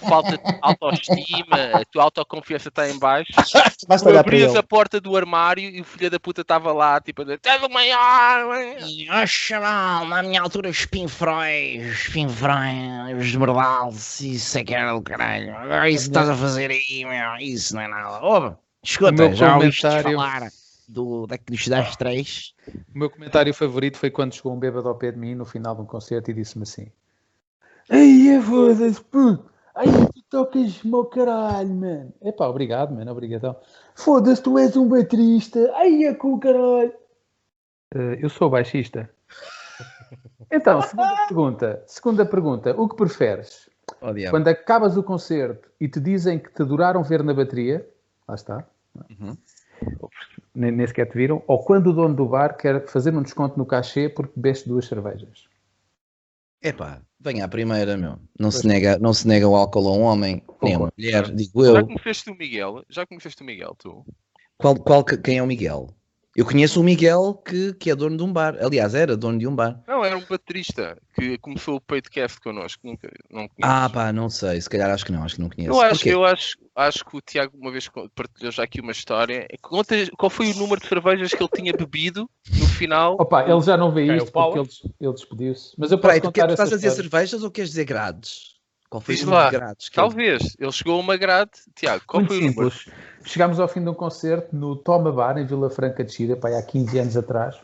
falta de autoestima, a tua autoconfiança está em baixo,
Basta
tu
olhar para
abrias
ele.
a porta do armário e o filho da puta estava lá, tipo, a dizer, "Tens o maior!
Oh, chaval, na minha altura os pinfróis, os pinfróis, os merlaus, isso é que era do caralho. Agora isso que estás a fazer aí, meu, isso não é nada. Ouve,
O meu
escuta, já ouviste
comentário-
falar do, da, dos das três?
O meu comentário favorito foi quando chegou um bêbado ao pé de mim no final de um concerto e disse-me assim: Ai, foda-se, puto! Ai, tu tocas-me ao caralho, mano! Epá, obrigado, mano, obrigadão. Foda-se, tu és um baterista! Ai, é com o caralho! Eh, eu sou baixista. Então, segunda pergunta. Segunda pergunta. O que preferes?
Oh, diabo.
Quando acabas o concerto e te dizem que te adoraram ver na bateria, lá está, é?
Uhum.
nem, nem sequer te viram, ou quando o dono do bar quer fazer um desconto no cachê porque bebeste duas cervejas.
Epá, venha à primeira, meu. Não se, nega, não se nega o álcool a um homem, nem a uma mulher, digo
Já
eu.
conheceste o Miguel? Já conheceste o Miguel, tu?
Qual, qual que- quem é o Miguel? Eu conheço o Miguel que, que é dono de um bar. Aliás, era dono de um bar.
Não, era um baterista que começou o podcast connosco. Nunca, não conheces.
Ah, pá, não sei. Se calhar acho que não, acho que não conheço.
Eu acho,
Porquê?
eu acho, acho que o Tiago uma vez co- partilhou já aqui uma história. Conta qual foi o número de cervejas que ele tinha bebido no final.
Opa, ele já não vê
Caiu
isto
o pau.
porque ele, des- ele despediu-se. Mas eu posso
Peraí, tu, que-
contar
tu estás
essa
a dizer
história.
cervejas ou queres dizer grades? Qual foi o
Diz
número de
lá,
grades? que ele-
Talvez. Ele chegou a uma grade. Tiago, qual
Muito
foi o número?
simples.
Chegámos ao fim de um concerto no Toma Bar, em Vila Franca de Xira, pá, há 15 anos atrás.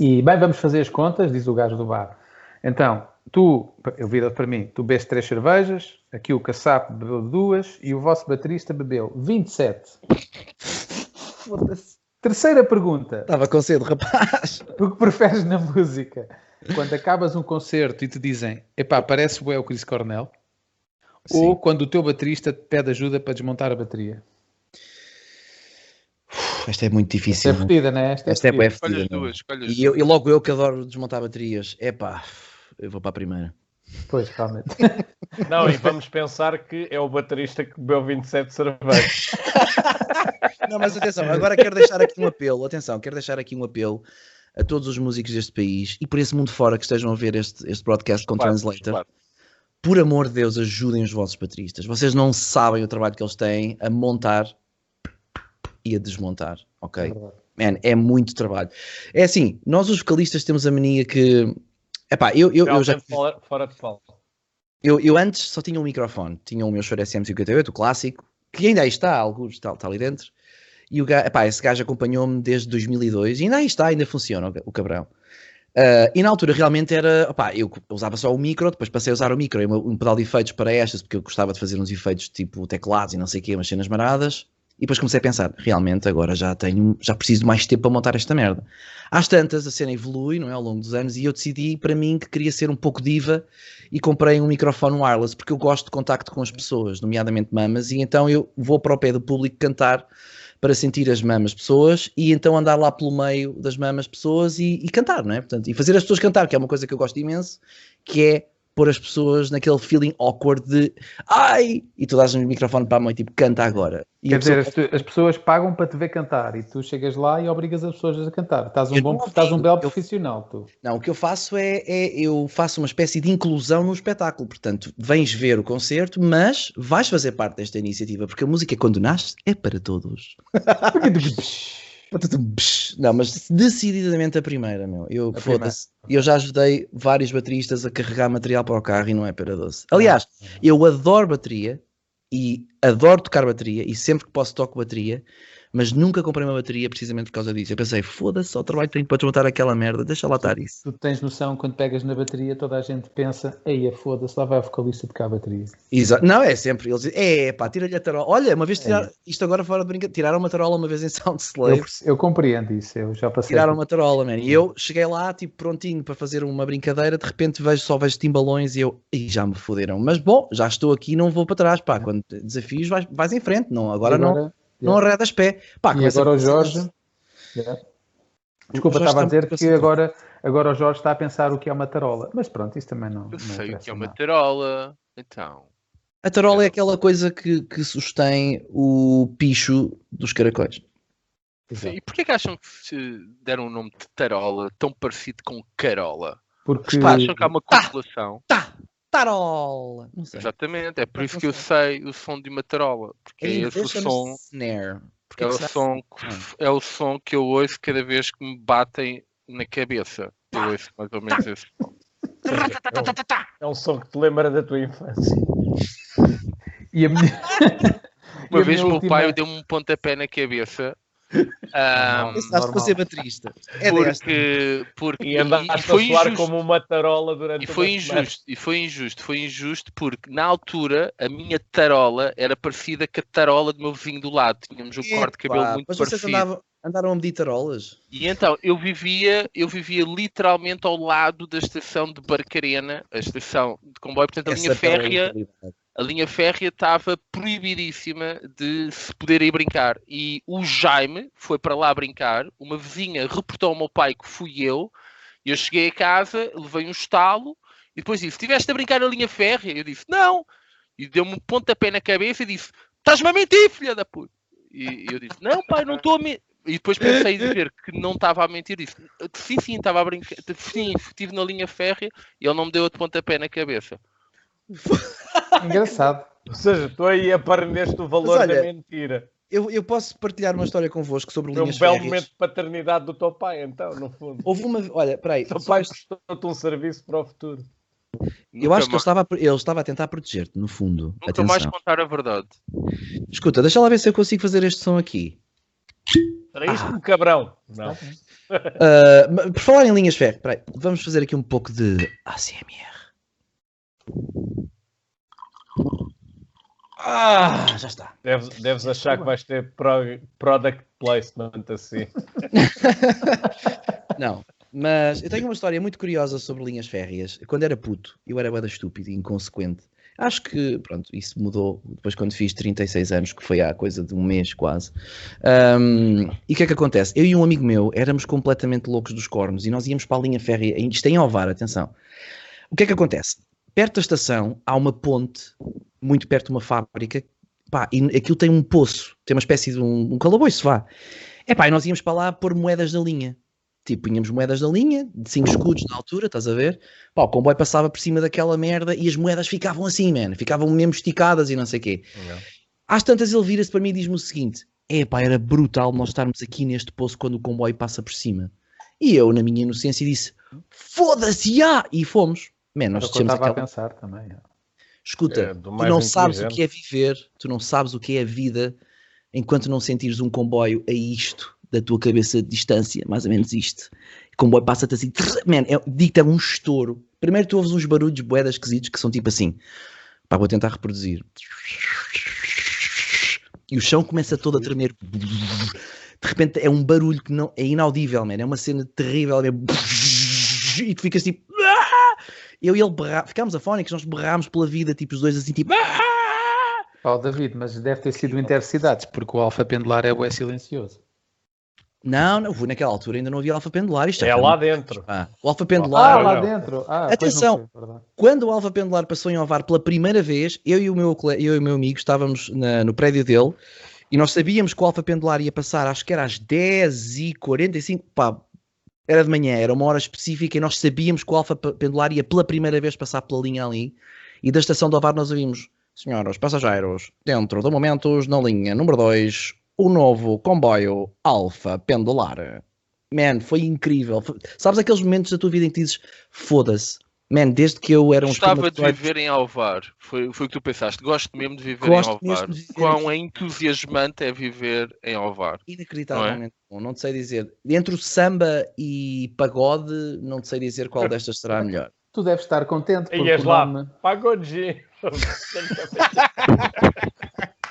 E, bem, vamos fazer as contas, diz o gajo do bar. Então, tu, eu vira para mim, tu bebeste três cervejas, aqui o caçapo bebeu duas e o vosso baterista bebeu 27. Foda-se. Terceira pergunta.
Estava com cedo, rapaz.
O que preferes na música? Quando acabas um concerto e te dizem epá, parece bué o Chris Cornell? Ou quando o teu baterista te pede ajuda para desmontar a bateria?
Uf, Esta é muito
Esta é
difícil.
fodida, não é? Esta
Esta é
fodida.
bué
Escolhe as
fedida, não é?
duas. Escolhe as
E, eu- e logo eu que adoro desmontar baterias. Epá, eu vou para a primeira.
Pois, realmente.
Não, e vamos pensar que é o baterista que bebeu 27 cervejas.
Não, mas atenção, agora quero deixar aqui um apelo, atenção, quero deixar aqui um apelo a todos os músicos deste país e por esse mundo fora que estejam a ver este, este broadcast com
Claro,
um Translator.
claro.
Por amor de Deus, ajudem os vossos bateristas. Vocês não sabem o trabalho que eles têm a montar e a desmontar, ok? Man, é muito trabalho. É assim, nós os vocalistas temos a mania que... Epá, eu, eu, eu já...
Realmente fora, fora de palco.
Eu, eu antes só tinha um microfone, tinha o meu Shure SM58, o clássico, que ainda aí está, alguns está, está ali dentro. E o gajo, epá, esse gajo acompanhou-me desde 2002 e ainda aí está, ainda funciona o, ga- o cabrão. Ah, e na altura realmente era, opá, eu usava só o micro, depois passei a usar o micro e uma- um pedal de efeitos para estas, porque eu gostava de fazer uns efeitos tipo teclados e não sei o quê, umas cenas maradas. E depois comecei a pensar, realmente agora já tenho, já preciso de mais tempo para montar esta merda. Às tantas, a cena evolui, não é, ao longo dos anos, e eu decidi para mim que queria ser um pouco diva e comprei um microfone wireless porque eu gosto de contacto com as pessoas, nomeadamente mamas, e então eu vou para o pé do público cantar para sentir as mamas pessoas e então andar lá pelo meio das mamas pessoas e, e cantar, não é? Portanto, e fazer as pessoas cantar, que é uma coisa que eu gosto imenso, que é pôr as pessoas naquele feeling awkward de ai! E tu dás um microfone para a mãe, tipo, canta agora. E
Quer
a pessoa-
dizer, as, tu- as pessoas pagam para te ver cantar e tu chegas lá e obrigas as pessoas a cantar. Estás um,
Eu
bom,
não
estás um
digo,
belo
eu-
profissional, tu.
Não, o que eu faço é, é- eu faço uma espécie de inclusão no espetáculo. Portanto, vens ver o concerto, mas vais fazer parte desta iniciativa, porque a música quando nasce é para todos. Não, mas decididamente a primeira, meu. Eu,
A
foda-se. eu já ajudei vários bateristas a carregar material para o carro e não é para doce. Aliás, eu adoro bateria e adoro tocar bateria e sempre que posso toco bateria, mas nunca comprei uma bateria precisamente por causa disso. Eu pensei, foda-se, só trabalho que tenho para desmontar aquela merda, deixa lá estar isso.
Tu tens noção, quando pegas na bateria, toda a gente pensa, ei, a foda-se, lá vai a vocalista tocar a bateria.
Exato. Não, é sempre. Eles dizem, é pá, tira-lhe a tarola. Olha, uma vez
É.
tirar, isto agora fora de brincadeira, tiraram uma tarola uma vez em
Eu,
Soundslave.
perce- eu compreendo isso, eu já passei.
Tiraram uma tarola, man. E eu cheguei lá, tipo, prontinho para fazer uma brincadeira, de repente vejo, só vejo timbalões e eu, e já me foderam. Mas bom, já estou aqui, não vou para trás,
É.
pá. Quando te- desafios, vais, vais em frente, não, agora, não, não arredas pé. Pá,
E
começa-
agora o Jorge. Yeah. Desculpa,
Jorge está
estava a dizer
muito
que
concentrado.
agora, agora o Jorge está a pensar o que é uma tarola. Mas pronto, isso também não. não
Eu sei o
interessa
que é uma
nada.
tarola. Então.
A tarola é aquela coisa que, que sustém o picho dos caracóis.
Exato.
E porquê que acham que se deram o nome de tarola tão parecido com carola?
Porque
Pá, acham que há uma
Tá.
correlação?
Tarola! Não sei.
Exatamente, é por isso que eu sei o som de uma tarola. Porque é
Em
esse o
inglês
som.
chama-se snare. Porque
É o, som que,
Ah.
é o som que eu ouço cada vez que me batem na cabeça.
Tá.
Eu ouço mais ou menos esse som.
É um som que te lembra da tua infância.
e a minha- E
Uma
a
vez
minha
meu
última-
pai deu-me um pontapé na cabeça. ahm,
Esse acho que vou
normal.
ser baterista. É desta.
porque, porque
E andaste
e
a
foi
soar
injusto.
como um uma tarola durante
E foi
uma semana.
injusto, e foi injusto, foi injusto porque na altura a minha tarola era parecida com a tarola do meu vizinho do lado. Tínhamos um corte de cabelo
Epá,
muito
mas vocês
parecido.
andavam, andaram a medir tarolas?
E então eu vivia, eu vivia literalmente ao lado da estação de Barcarena, a estação de comboio, portanto a linha
Essa tarola é
férrea,
incrível.
a linha férrea estava proibidíssima de se poder ir brincar. E o Jaime foi para lá brincar, uma vizinha reportou ao meu pai que fui eu, e eu cheguei a casa, levei um estalo, e depois disse, estiveste a brincar na linha férrea? Eu disse, não! E deu-me um pontapé na cabeça e disse, estás-me a mentir, filha da puta! E eu disse, não pai, não estou a mentir. E depois pensei dizer que não estava a mentir, disse, sim, sim, estava a brincar, sim, estive na linha férrea, e ele não me deu outro pontapé na cabeça.
Engraçado.
Ou seja, tu aí aprendeste o valor
Mas olha,
da mentira.
Eu, eu posso partilhar uma história convosco sobre
Foi um
linhas
belo
férreas.
momento de paternidade do teu pai, então, no fundo.
Houve uma. Olha, peraí.
O teu pai prestou-te um serviço para o futuro.
Eu acho que
Nunca
ele estava, a- ele estava a tentar proteger-te, no fundo.
Nunca
Atenção.
mais contar é a verdade.
Escuta, deixa lá ver se eu consigo fazer este som aqui.
Traíste-me, é um cabrão. Não.
Ah, mas por falar em linhas férreas, peraí, vamos fazer aqui um pouco de ACMR. Ah, já está.
Deves, deves achar que vais ter pro- product placement assim.
Não, mas eu tenho uma história muito curiosa sobre linhas férreas. Quando era puto, eu era bada estúpido e inconsequente. Acho que, pronto, isso mudou depois quando fiz 36 anos, que foi há coisa de um mês quase. Ahm, e o que é que acontece? Eu e um amigo meu éramos completamente loucos dos cornos e nós íamos para a linha férrea, isto é em Alvar, atenção. O que é que acontece? Perto da estação há uma ponte, muito perto de uma fábrica, pá, e aquilo tem um poço, tem uma espécie de um, um calabouço, vá. É pá, e nós íamos para lá pôr moedas na linha. Tipo, punhamos moedas na linha, de 5 escudos na altura, estás a ver? Pá, o comboio passava por cima daquela merda e as moedas ficavam assim, man. Ficavam mesmo esticadas e não sei o quê. Às tantas ele vira-se para mim e diz-me o seguinte: É pá, era brutal nós estarmos aqui neste poço quando o comboio passa por cima. E eu, na minha inocência, disse: Foda-se, já! E fomos. Man,
Era
nós
o que eu
dissemos
estava a
aquela.
pensar também.
Escuta,
É, do
tu
mais
não sabes o
inteligente.
que é viver, tu não sabes o que é a vida enquanto não sentires um comboio a isto da tua cabeça de distância, mais ou menos isto. O comboio passa-te assim, trrr, man, é, dita um estouro. Primeiro tu ouves uns barulhos boedas esquisitos que são tipo assim, pá, vou tentar reproduzir. E o chão começa todo a tremer. De repente é um barulho que não é inaudível, man. é uma cena terrível mesmo. E tu ficas tipo, "Ah!" eu e ele berra... ficámos afónicos, nós berrámos pela vida, tipo os dois assim, tipo, "Ah!"
Ó, David, mas deve ter sido intercidades, porque o Alfa Pendular é bué silencioso.
Não, não, vou naquela altura ainda não havia alfa pendular. Isto já
É
foi
lá
muito-
dentro.
Ah, o alfa
Ah,
pendular.
não,
lá
não.
dentro. Ah,
Atenção.
pois não
Quando o alfa pendular passou em Ovar pela primeira vez, eu e o meu, cole- eu e o meu amigo estávamos na- no prédio dele e nós sabíamos que o alfa pendular ia passar, acho que era às 10h45, pá, era de manhã, era uma hora específica e nós sabíamos que o alfa pe- pendular ia pela primeira vez passar pela linha ali e da estação de Ovar nós ouvimos, senhoras, passageiros, dentro de momentos, na linha número 2, o novo comboio alfa pendular. Man, foi incrível. Foi- Sabes aqueles momentos da tua vida em que dizes, foda-se, Man, desde que eu era um
Gostava de
espermatozoide-
viver em Alvar. Foi, foi o que tu pensaste. Gosto mesmo de viver
Gosto
em
mesmo
Alvar.
de viver
Quão é entusiasmante é viver em Alvar.
inacreditavelmente bom, não é? te sei dizer. Entre o samba e pagode, não te sei dizer qual destas será a melhor.
Tu deves estar contente porque
Ias
o
lá.
nome...
Pagode.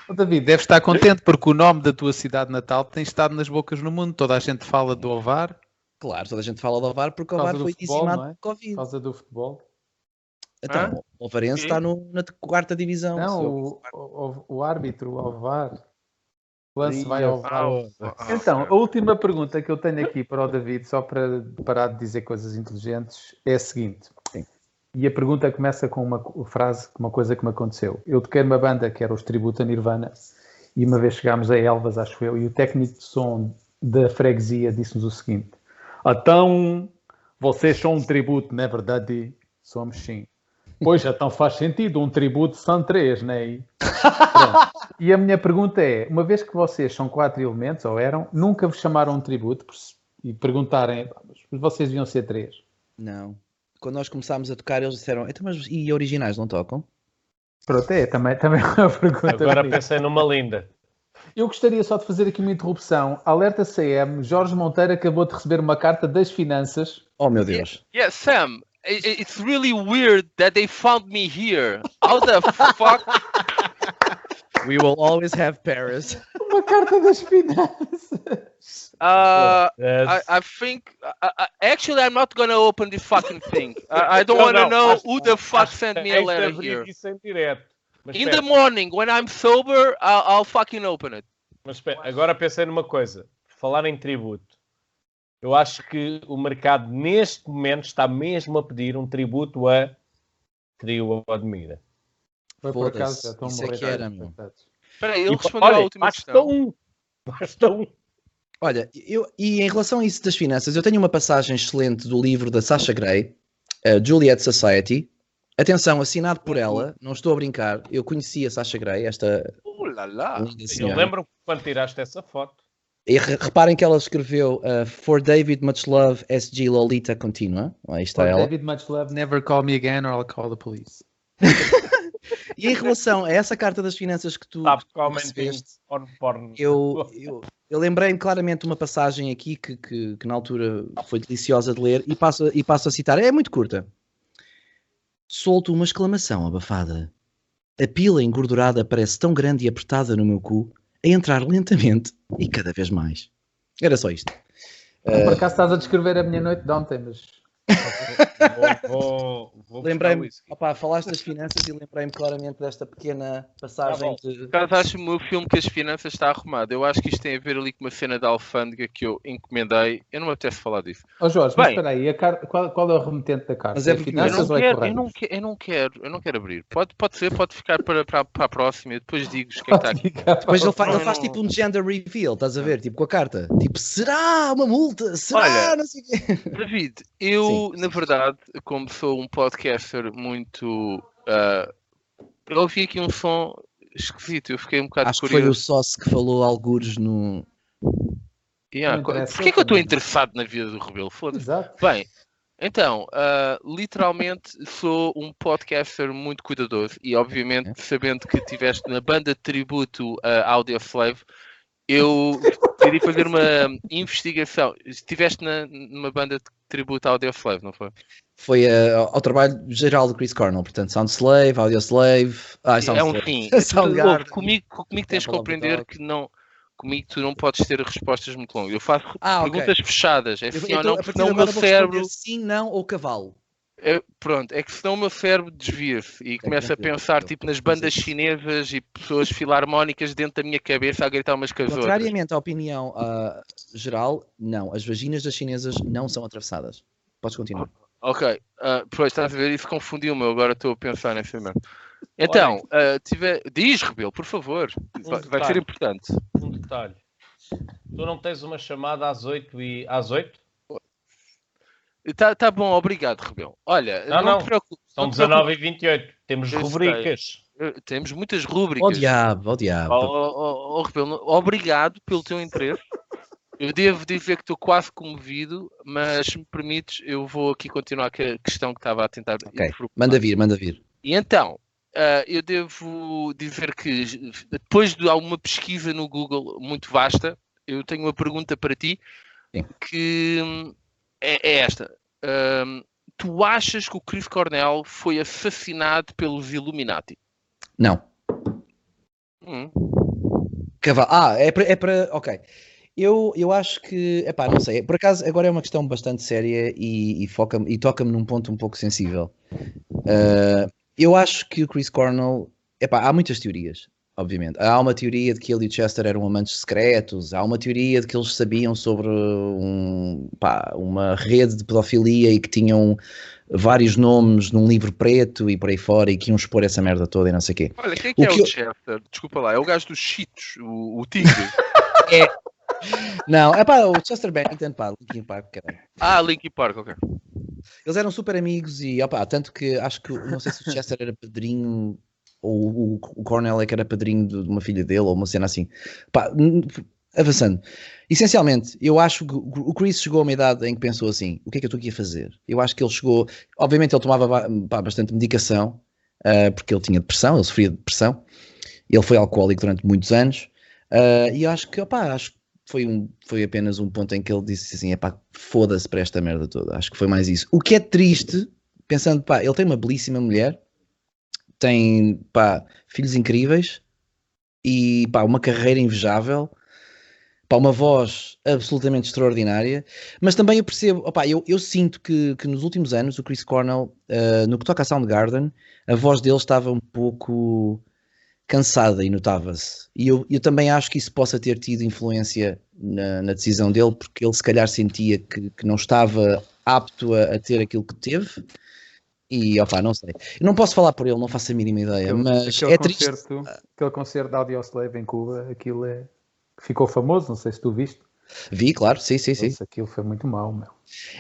Oh, David, deves estar contente porque o nome da tua cidade natal tem estado nas bocas no mundo. Toda a gente fala do Ovar.
Claro, toda a gente fala do Alvar porque o
Por causa
Alvar
do
foi
futebol,
dizimado
não é?
por Covid.
Por causa do futebol.
Ah,
Então, o Alvarense
sim.
está no- na quarta divisão.
Não,
se eu-
o, o, o árbitro, o Alvar. O lance
Ih,
vai ao
Ah,
VAR. Então, a última pergunta que eu tenho aqui para o David, só para parar de dizer coisas inteligentes, é a seguinte. E a pergunta começa com uma co- frase, com uma coisa que me aconteceu. Eu toquei numa banda que era os Tributo a Nirvana, e uma vez chegámos a Elvas, acho eu, e o técnico de som da freguesia disse-nos o seguinte: Então, vocês são um tributo, não é verdade? Somos sim. Pois, então faz sentido, um tributo são três, não é? E a minha pergunta é: uma vez que vocês são quatro elementos, ou eram, nunca vos chamaram um tributo por se- e perguntarem, "Pá, mas vocês deviam ser três.
Não. Quando nós começámos a tocar, eles disseram, então, mas e originais não tocam?
Pronto, é também, também é uma pergunta.
Agora
bonita.
pensei numa linda.
Eu gostaria só de fazer aqui uma interrupção. Alerta CM: Jorge Monteiro acabou de receber uma carta das finanças.
Oh, meu Deus.
Yeah, Sam, i- i- it's really weird that they found me here. How the fuck?
We will always have Paris.
Uma carta das finanças!
Uh,
Yes.
I, I think I, I, actually I'm not gonna open this fucking thing. I, I don't
Não,
want
não,
to know
acho-
who the fuck
Acho
sent
que
me a
tens de
letter
abrir
here.
Isso em direto. Mas
In
espera,
the morning when I'm sober, I'll, I'll fucking open it.
mas espera, agora pensei numa coisa. Falar em tributo. Eu acho que o mercado neste momento está mesmo a pedir um tributo a Trio Admira.
Foi por
Foda-se,
acaso, já estão a
isso é
morrer.
que era, meu.
Espera aí, ele
E,
respondeu à
olha,
última
basta
questão.
um. Basta um.
Olha, eu, e em relação a isso das finanças, eu tenho uma passagem excelente do livro da Sasha Gray, a Juliet Society. Atenção, assinado por ela, não estou a brincar. Eu conheci a Sasha Gray, esta.
Oh lá lá.
linda
Ah, Eu
senhora.
lembro quando tiraste essa foto.
E re- reparem que ela escreveu uh, For David Much Love SG Lolita Continua. Aí está
é.
ela.
David Much Love.
Never call me again or I'll call the police.
E em relação a essa carta das finanças que tu,
Stop commenting
recebeste,
on porn.
eu, eu, eu lembrei-me claramente de uma passagem aqui que, que, que na altura foi deliciosa de ler e passo, e passo a citar. É muito curta. Solto uma exclamação abafada. A pila engordurada parece tão grande e apertada no meu cu a entrar lentamente e cada vez mais. Era só isto. Eh,
Por acaso estás a descrever a minha noite de ontem, mas.
Vou, vou, vou
Lembrei-me,
buscar o whisky.
opá, falaste das finanças e lembrei-me claramente desta pequena passagem
Tá
de.
Por acaso acho-me o filme que as finanças está arrumado. Eu acho que isto tem a ver ali com uma cena da alfândega que eu encomendei. Eu não me apetece falar disso.
Ó Jorge, mas
Bem.
espera aí, a car- qual, qual é o remetente da carta?
Mas é
É
porque-
Eu
finanças
não,
ou é
quero, eu,
correio?
não que- eu não quero, eu não quero abrir. Pode, pode ser, pode ficar para, para, para a próxima. Eu depois digo-vos quem está aqui.
Depois ele, fa-
Não,
ele faz
não.
tipo um gender reveal, estás a ver? Tipo com a carta. Tipo, será uma multa? Será?
Olha,
não sei o quê.
David, eu, na verdade, como sou um podcaster muito. ah, eu ouvi aqui um som esquisito. Eu fiquei um bocado
Acho que foi o
curioso.
sócio que falou algures no.
Yeah,
Não
co-
interessa,
Porquê é que eu estou
também.
interessado na vida do Rebelo? Foda-se.
Exato.
Bem, então, ah, literalmente sou um podcaster muito cuidadoso e, obviamente, sabendo que estiveste na banda de tributo a Audioslave, eu decidi fazer uma investigação. Estiveste na, numa banda de tributo a Audioslave, não foi?
Foi eh, ao ao trabalho geral do Chris Cornell, portanto, Soundslave, Audioslave. Ah,
é um
Soundslave.
sim.
Soundgarden.
Ouve, comigo, comigo tens de
Temple of the
compreender
Dog.
que não. Comigo tu não podes ter respostas muito longas. Eu faço
Ah, ok.
perguntas fechadas, é
Eu-
sim
então,
ou não,
a
porque
partir
senão
de
o meu
agora vou responder
cérebro
Sim, não ou cavalo.
É, pronto, é que senão o meu cérebro desvia-se e começa a
tranquilo,
pensar
tranquilo.
tipo nas bandas chinesas e pessoas filarmónicas dentro da minha cabeça a gritar umas com as outras.
Contrariamente à opinião ah, geral, não. As vaginas das chinesas não são atravessadas. Podes continuar.
Oh, Ok, ah, pois estás a ver, isso confundiu-me, eu agora estou a pensar nessa merda. Então, ah, tive- diz Rebelo, por favor, vai, vai ser
detalhe.
importante.
um detalhe. Tu não tens uma chamada às 8 e às 8?
Tá, tá bom, obrigado Rebelo. Olha,
Não,
não,
não,
te preocupes.
São
não te preocupes,
19 e 28. Temos
Eu
rubricas.
eh, Temos muitas
Ó
rúbricas.
diabo, ó diabo.
Oh, oh, oh, oh, Rebelo, obrigado pelo teu interesse. Eu devo dizer que estou quase comovido, mas se me permites, eu vou aqui continuar com a questão que estava a tentar.
Ok,
formar.
Manda vir, manda vir.
E então, ah, eu devo dizer que depois de alguma pesquisa no Google muito vasta, eu tenho uma pergunta para ti
Sim.
que hum, é, é esta. Ahm, tu achas que o Chris Cornell foi assassinado pelos Illuminati?
Não.
Hum,
Cavalo. Ah, é para. É pra- ok. Eu, eu acho que. Epá, não sei. Por acaso, agora é uma questão bastante séria e, e, foca-me- e toca-me num ponto um pouco sensível. Ah, eu acho que o Chris Cornell. Epá, há muitas teorias, obviamente. Há uma teoria de que ele e o Chester eram amantes secretos. Há uma teoria de que eles sabiam sobre um, pá, uma rede de pedofilia e que tinham vários nomes num livro preto e por aí fora e que iam expor essa merda toda e não sei o quê.
Olha, quem é
O
que é
que
o
eu-
Chester? Desculpa lá, é o gajo dos Cheetos, o, o Tigre.
Não, é pá, o Chester Bennington, pá, Linkin Park, caralho.
ah, Linkin Park, ok.
Eles eram super amigos e, opá, tanto que acho que, não sei se o Chester era padrinho ou o, o Cornell é que era padrinho de, de uma filha dele ou uma cena assim. Pá, n- avançando. Essencialmente, eu acho que o o Chris chegou a uma idade em que pensou assim, o que é que eu estou aqui a fazer? Eu acho que ele chegou, obviamente ele tomava ba- pá, bastante medicação, ah, porque ele tinha depressão, ele sofria de depressão, ele foi alcoólico durante muitos anos, ah, e acho que, opá, acho que foi, um, foi apenas um ponto em que ele disse assim: epá, foda-se para esta merda toda. Acho que foi mais isso. O que é triste, pensando, pá, ele tem uma belíssima mulher, tem, pá, filhos incríveis e, pá, uma carreira invejável, pá, uma voz absolutamente extraordinária. Mas também eu percebo, opá, eu, eu sinto que, que nos últimos anos o Chris Cornell, eh, no que toca a Soundgarden, a voz dele estava um pouco cansada e notava-se. E eu, eu também acho que isso possa ter tido influência na, na decisão dele, porque ele se calhar sentia que, que não estava apto a, a ter aquilo que teve. E opá, não sei. Eu não posso falar por ele, não faço a mínima ideia,
Aquele-
mas
aquele
é triste.
concerto, Aquele concerto da Audioslave em Cuba, aquilo é... que Ficou famoso, não sei se tu viste.
Vi, claro, sim, sim, sim.
Nossa, aquilo foi muito mau, meu.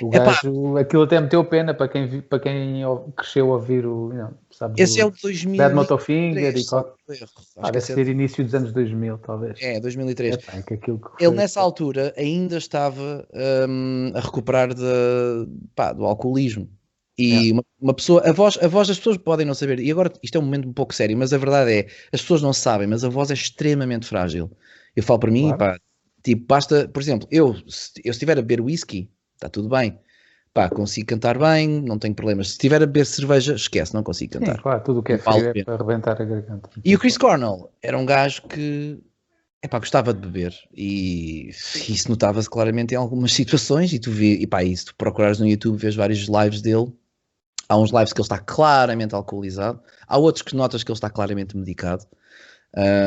O
Epá.
gajo, aquilo até meteu pena para quem, vi- para quem ou- cresceu a ouvir o. Não, sabes,
Esse é
o
o de 2000.
Bad Motofinger e
2003,
qual.
Acho
Ah,
que
deve
esse é-
ser início dos anos 2000, talvez.
É, 2003.
Epá, que aquilo que
Ele
foi-
nessa altura ainda estava hum, a recuperar de, pá, do alcoolismo. E
É.
uma, uma pessoa, a voz, a voz das pessoas podem não saber, e agora isto é um momento um pouco sério, mas a verdade é, as pessoas não sabem, mas a voz é extremamente frágil. Eu falo para mim,
Claro.
pá, tipo, basta, por exemplo, eu se eu estiver a beber whisky, está tudo bem, pá, consigo cantar bem, não tenho problemas. Se estiver a beber cerveja, esquece, não consigo
Sim,
cantar.
claro, tudo o que é
Não vale
frio
a
é
pena.
para arrebentar a garganta.
E o Chris Cornell era um gajo que epá, gostava de beber e isso notava-se claramente em algumas situações e tu vê, epá, e se tu procurares no YouTube vês vários lives dele, há uns lives que ele está claramente alcoolizado, há outros que notas que ele está claramente medicado.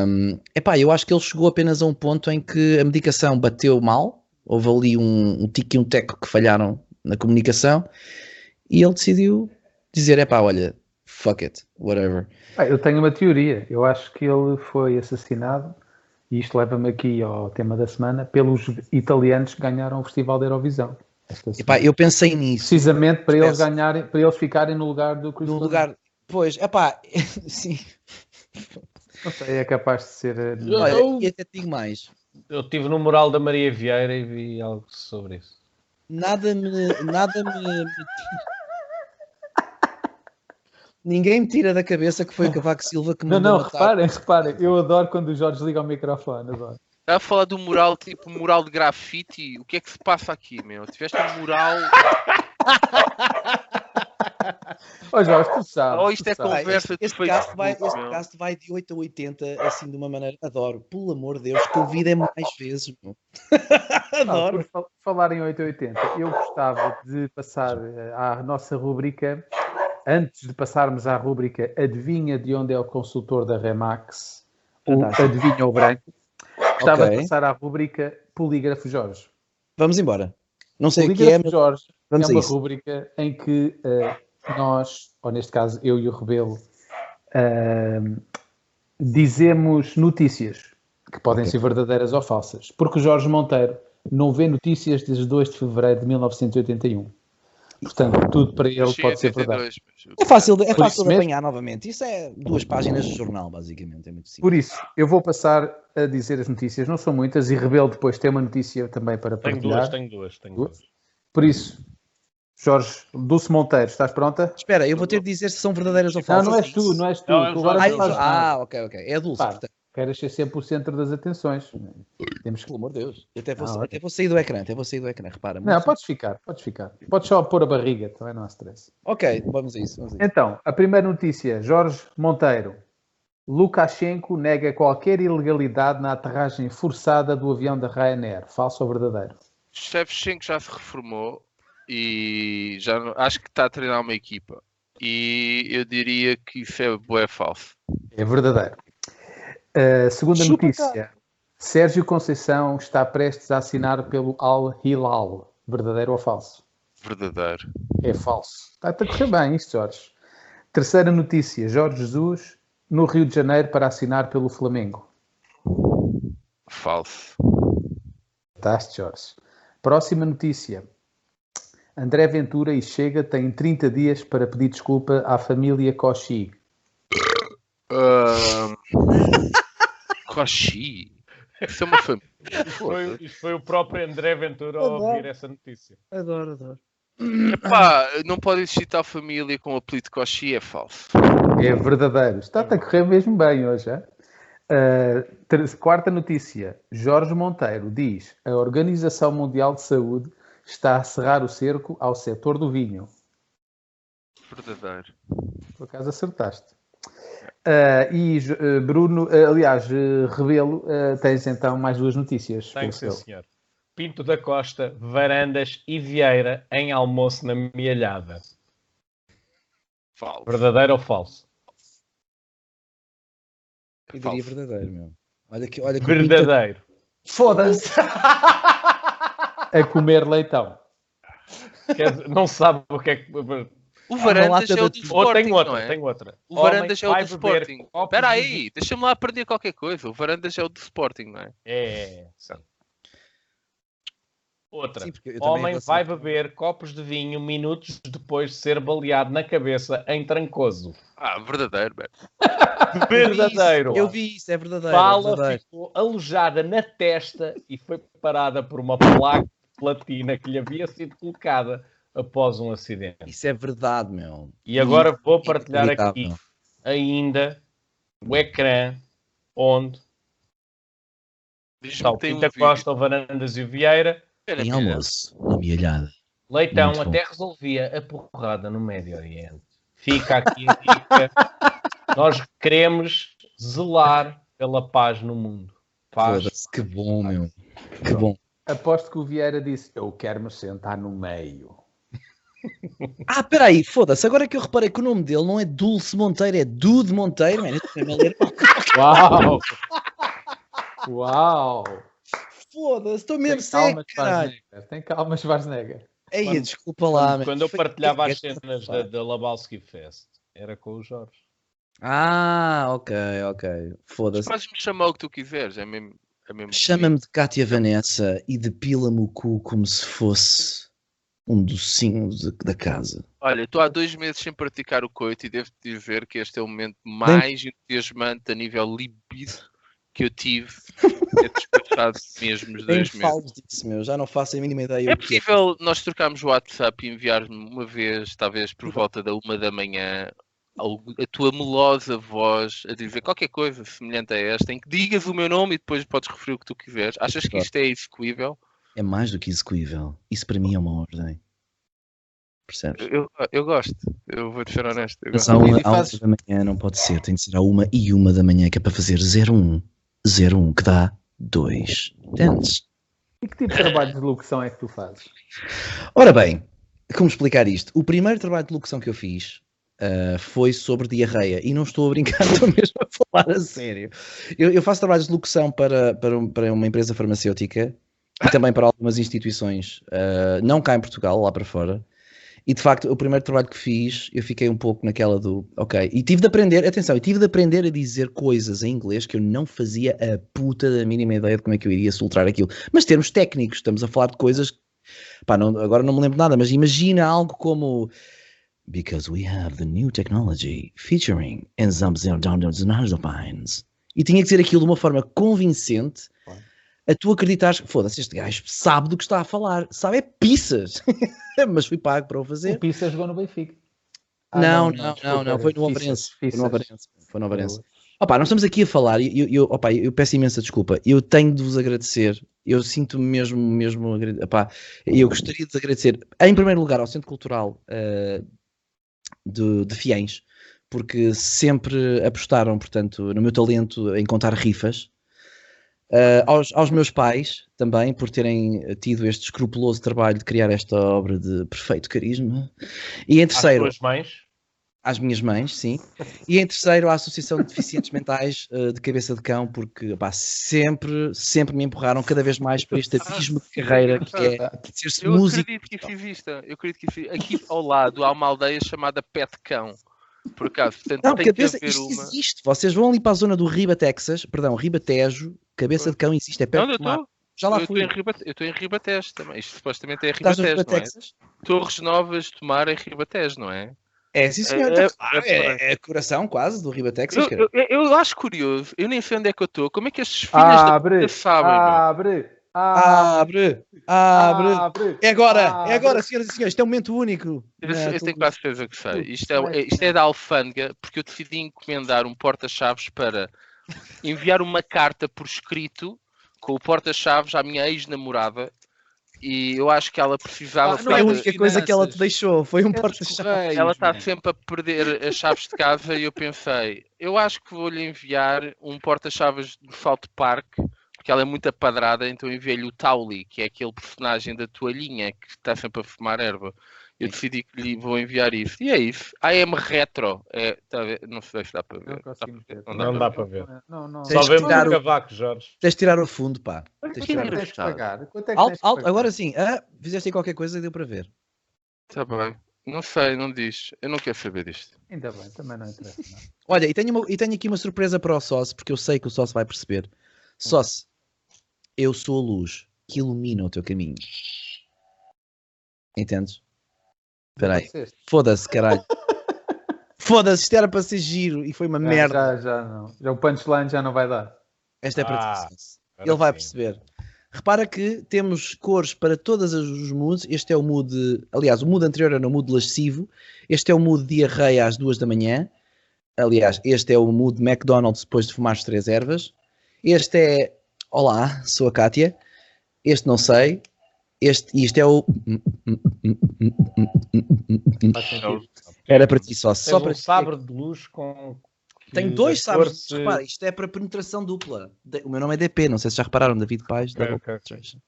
Hum, epá, eu acho que ele chegou apenas a um ponto em que a medicação bateu mal, houve ali um, um tique e um teco que falharam na comunicação e ele decidiu dizer, epá, olha, fuck it, whatever.
Ah, eu tenho uma teoria. Eu acho que ele foi assassinado, e isto leva-me aqui ao tema da semana, pelos italianos que ganharam o Festival da Eurovisão. Esta
Epá,
semana.
eu pensei nisso.
Precisamente para eles,
Esquece.
ganharem, para eles ficarem no lugar do Chris
no
Cornell.
lugar. Pois, é pá, sim.
Não sei, é capaz de ser. eh,
é
Olha,
Eu-
e até te digo mais.
Eu estive no mural da Maria Vieira e vi algo sobre isso.
Nada me. Nada me. Ninguém me tira da cabeça que foi o Cavaco Silva que me
Não, não,
mandou matar.
reparem, reparem. Eu adoro quando o Jorge liga o microfone. Adoro.
Estava Tá a falar do mural, tipo, mural de grafite. O que é que se passa aqui, meu? Tiveste um mural.
Ó Jorge, tu sabes.
Oh, isto
tu
é
sabes.
Pá,
Conversa
este,
de
este cast
Facebook,
vai, este
meu.
cast vai de 8 a 80, assim de uma maneira. Adoro, pelo amor de Deus, convidem-me mais vezes. meu.
Ah,
Adoro.
por fal- falar em 880, eu gostava de passar eh, à nossa rubrica, antes de passarmos à rubrica Adivinha de onde é o consultor da Remax, ou
Fantástico.
Adivinha o Branco, gostava
Ok.
de passar à rubrica Polígrafo Jorge.
Vamos embora. Não sei o que é,
Polígrafo
mas
Jorge
vamos
é
a
uma
isso.
rubrica em que eh, nós, ou neste caso eu e o Rebelo, eh, dizemos notícias que podem ser verdadeiras ou falsas, porque o Jorge Monteiro não vê notícias desde 2 de fevereiro de 1981. Portanto, tudo para ele
Nasci em
pode ser verdade.
82, mas-
É fácil, de- é
Por
fácil
isso
de
mesmo-
apanhar novamente. Isso é duas páginas de jornal, basicamente. É muito simples.
Por isso, eu vou passar a dizer as notícias, não são muitas, e Rebelo depois tem uma notícia também para
Tenho
partilhar.
duas, tenho duas, tenho
Duas?
duas.
Por isso, Jorge Dulce Monteiro, estás pronta?
Espera, eu vou ter de dizer se são verdadeiras ou
Não,
falsas.
não és tu, não és tu.
Não, é o
tu agora
Ah,
não
Jorge.
eu-
fazes nada.
ah, ok, ok. É adulto,
Pá.
portanto,
Queres ser sempre o centro das atenções. Temos que...
pelo amor de Deus. Eu até vou,
Ah,
sa-
ok.
até vou sair do ecrã, até vou sair do ecrã, repara.
Não,
Muito-
podes ficar, podes ficar. Podes só pôr a barriga, também não há stress.
Ok, vamos a isso. Vamos a isso.
Então, a primeira notícia, Jorge Monteiro. Lukashenko nega qualquer ilegalidade na aterragem forçada do avião da Ryanair. Falso ou verdadeiro?
Shevchenko já se reformou e já não- acho que está a treinar uma equipa. E eu diria que isso é bué falso.
É verdadeiro. Uh, segunda
Chupa,
notícia. Sérgio Conceição está prestes a assinar pelo Al Hilal. Verdadeiro ou falso?
Verdadeiro.
É falso. Está a correr bem isto, Jorge. Terceira notícia. Jorge Jesus no Rio de Janeiro para assinar pelo Flamengo.
Falso.
Fantástico, Jorge. Próxima notícia. André Ventura e Chega têm 30 dias para pedir desculpa à família Cauchy.
Ahm, Koshi. Isso é uma família.
Foi, isto foi o próprio André Ventura a ouvir essa notícia.
Adoro, adoro.
Epá, não pode existir tal família com o apelido Koshi, é falso.
É verdadeiro. Está-te a correr mesmo bem hoje, é? Uh, ter- quarta notícia. Jorge Monteiro diz a Organização Mundial de Saúde está a cerrar o cerco ao setor do vinho.
Verdadeiro.
Por acaso acertaste. Uh, e Jo- uh, Bruno, uh, aliás, uh, Rebelo, uh, tens então mais duas notícias.
Tenho
penso
sim,
eu.
senhor. Pinto da Costa, Varandas e Vieira em almoço na Mialhada.
Falso.
Verdadeiro ou falso?
Eu diria
Falso.
verdadeiro, meu. Olha que, olha que o Pinto-
Verdadeiro.
Foda-se!
a comer leitão.
Quer dizer, não sabe o que é que.
O
Uma
Varandas
lata
é o
de-
do
Ou
Sporting,
tem
não
outra,
é?
tem outra.
O
Homem
Varandas é o
vai
do
beber
Sporting.
copos
Espera
de
aí, deixa-me lá aprender qualquer coisa. O Varandas é o do Sporting, não é?
É, sim. Outra.
Sim, porque eu também
Homem
relaciono-
vai beber copos de vinho minutos depois de ser baleado na cabeça em Trancoso.
Ah, verdadeiro, Beto.
Eu vi isso,
Verdadeiro.
Eu vi isso, é verdadeiro. é
Bala
verdadeiro.
ficou alojada na testa e foi parada por uma placa de platina que lhe havia sido colocada após um acidente.
Isso é verdade, meu.
E agora vou partilhar aqui
Inacreditável.
ainda o ecrã onde
Diz-me
está o
que tem um
Pinta Costa, o Varandas e o Vieira.
vídeo.
Em almoço, na mialhada.
Leitão
Muito bom.
até resolvia a porrada no Médio Oriente. Fica aqui a dica. Nós queremos zelar pela paz no mundo. Paz.
Foda-se, que bom, meu. Que bom.
Aposto que o Vieira disse: Eu quero me sentar no meio.
Ah, peraí, foda-se. Agora é que eu reparei que o nome dele não é Dulce Monteiro, é Dude Monteiro, man. Eu estou mesmo a ler.
Uau! Uau!
Foda-se, estou mesmo
Tem calma,
seco, caralho.
Schwarzenegger. Tem calma, Schwarzenegger.
Ei,
Quando-
desculpa lá, man.
Quando eu
Foi-
partilhava as
foi-
cenas da, da Labalski Fest, era com o Jorge.
Ah, ok, ok. Foda-se.
Podes-me chamar o que tu quiseres, é mesmo. É mesmo
Chama-me de Cátia Vanessa e depila-me o cu como se fosse um docinho de- da casa.
Olha, estou há dois meses sem praticar o coito e devo-te dizer que este é o momento mais entusiasmante a nível libido que eu tive ter despachado mesmo os
Nem
dois meses.
falo disso, meu. Já não faço a mínima ideia.
É
o que
possível nós trocarmos o WhatsApp e enviar-me uma vez, talvez por volta da uma da manhã, algo- a tua melosa voz a dizer qualquer coisa semelhante a esta, em que digas o meu nome e depois podes referir o que tu quiseres. Achas que isto é execuível?
É mais do que execuível. Isso para mim é uma ordem. Percebes?
Eu, eu gosto, eu vou-te ser honesto. eu
Mas
gosto.
à uma,
E
à uma
fazes-
da manhã não pode ser. Tem de ser à uma e uma da manhã, que é para fazer 01. 01, que dá 2. Entendes?
E que tipo de trabalho de locução é que tu fazes?
Ora bem, como explicar isto? O primeiro trabalho de locução que eu fiz ah, foi sobre diarreia. E não estou a brincar, estou mesmo a falar a sério. Eu, eu faço trabalhos de locução para, para, um- para uma empresa farmacêutica e também para algumas instituições, ah, não cá em Portugal, lá para fora. E de facto, o primeiro trabalho que fiz, eu fiquei um pouco naquela do. Ok. E tive de aprender, atenção, e tive de aprender a dizer coisas em inglês que eu não fazia a puta da mínima ideia de como é que eu iria soltar aquilo. Mas termos técnicos, estamos a falar de coisas Pá, não- agora não me lembro de nada, mas imagina algo como Because we have the new technology featuring enzymes and downloads E tinha que dizer aquilo de uma forma convincente a tu acreditares que foda-se, este gajo sabe do que está a falar, sabe é pissas, mas fui pago para o fazer.
O Pisa jogou no Benfica. Ah,
não, não, não,
desculpa,
não,
era
foi no
Fissas,
Ovarense. Foi
Fissas.
no Ovarense. Foi no Ovarense. Opa, nós estamos aqui a falar e eu, eu, opa, eu peço imensa desculpa. Eu tenho de vos agradecer. Eu sinto-me mesmo, mesmo. agrade- Opá, eu gostaria de agradecer, em primeiro lugar, ao Centro Cultural eh, de, de Fiães, porque sempre apostaram, portanto, no meu talento em contar rifas. Eh, aos, aos meus pais também, por terem tido este escrupuloso trabalho de criar esta obra de perfeito carisma. E em terceiro,
As tuas mães?
às minhas mães, sim. E em terceiro, à Associação de Deficientes Mentais eh, de Cabeça de Cão, porque pá, sempre, sempre me empurraram cada vez mais para este abismo de carreira que é ser
Eu
músico.
acredito que isso exista. Eu acredito que isso exista. Aqui ao lado há uma aldeia chamada Pet Cão. Por acaso, portanto,
Não,
tem
cabeça,
que haver
isto
uma.
existe. Vocês vão ali para a zona do Riba, Texas, perdão, Ribatejo, Cabeça de Cão existe, é perto
Não, eu
do mar.
estou.
Já lá
Eu estou
fui.
em Ribate- eu estou em Ribatejo também. Isto supostamente é
Estás no
Ribatejo,
Riba,
não é?
Texas?
Torres Novas tomar em Ribatejo, não é?
É, sim senhor.
É-
então,
é-
ah, é, é coração quase do Riba, Texas.
Eu,
cara.
eu- eu acho curioso, eu nem sei onde é que eu estou. Como é que estes filhos da
Abre,
puta
ah,
sabem? meu?
abre, abre,
Abre, abre.
abre.
É agora, é
abre.
agora, senhoras e senhores, isto é um momento único.
Eu, sei-
na
eu tenho
cultura.
quase certeza que sei. Isto é, é- isto é da alfândega, porque eu decidi encomendar um porta-chaves para enviar uma carta por escrito com o porta-chaves à minha ex-namorada. E eu acho que ela precisava.
Ah, não
Foi
ficar-
é
a
das
única coisa que ela te
finanças.
deixou. Foi um
É dos
porta-chaves.
correios,
Ela está
man.
sempre a perder as chaves de casa e eu pensei, eu acho que vou-lhe enviar um porta-chaves do Salto Parque, porque ela é muito apadrada, então eu enviei-lhe o Tauli, que é aquele personagem da toalhinha que está sempre a fumar erva. Eu decidi que lhe vou enviar isso. E é isso. AM Retro. É, tá a ver? Não sei se dá para
Não
ver.
conseguimos ver.
Não dá
Não dá para ver.
Não, não.
Só
Tens que
vemos
tirar
o
o-
cavaco, Jorge.
Tens de tirar o fundo, pá. Tens de
Quanto
que
tirar o
é que tens que
engraçado.
pagar? Quanto é que
Alto,
tens que
alto,
pagar?
agora sim. Ah, fizeste aí qualquer coisa e deu para ver.
Está Tá bem. Não sei, não diz. Eu não quero saber disto.
Ainda bem, também não interessa. não.
Olha, e tenho, uma- e tenho aqui uma surpresa para o Sócio, porque eu sei que o Sócio vai perceber. Sócio, eu sou a luz que ilumina o teu caminho. Entendes? Espera aí.
Vocês-
Foda-se, caralho. Foda-se, isto era para ser giro e foi
Ah,
uma
Já,
merda.
Já, já não. Já o punchline já não vai dar.
Esta é para ti,
Ah,
Sócio. Ele vai
Agora sim.
perceber. Repara que temos cores para todos os moods. Este é o mood. Aliás, o mood anterior era o mood lascivo. Este é o mood diarreia às duas da manhã. Aliás, este é o mood McDonald's depois de fumar as três ervas. Este é. Olá, sou a Kátia. Este não sei. Este, e este é o. Era para ti só. só
Tens
para
um
ti.
sabre de luz com.
Tem
que eh,
dois
a
sabres.
cor se-
Repara, isto é para penetração dupla. De- O meu nome é DP, não sei se já repararam, David Paz.
Ok,
Double
ok.
Penetration.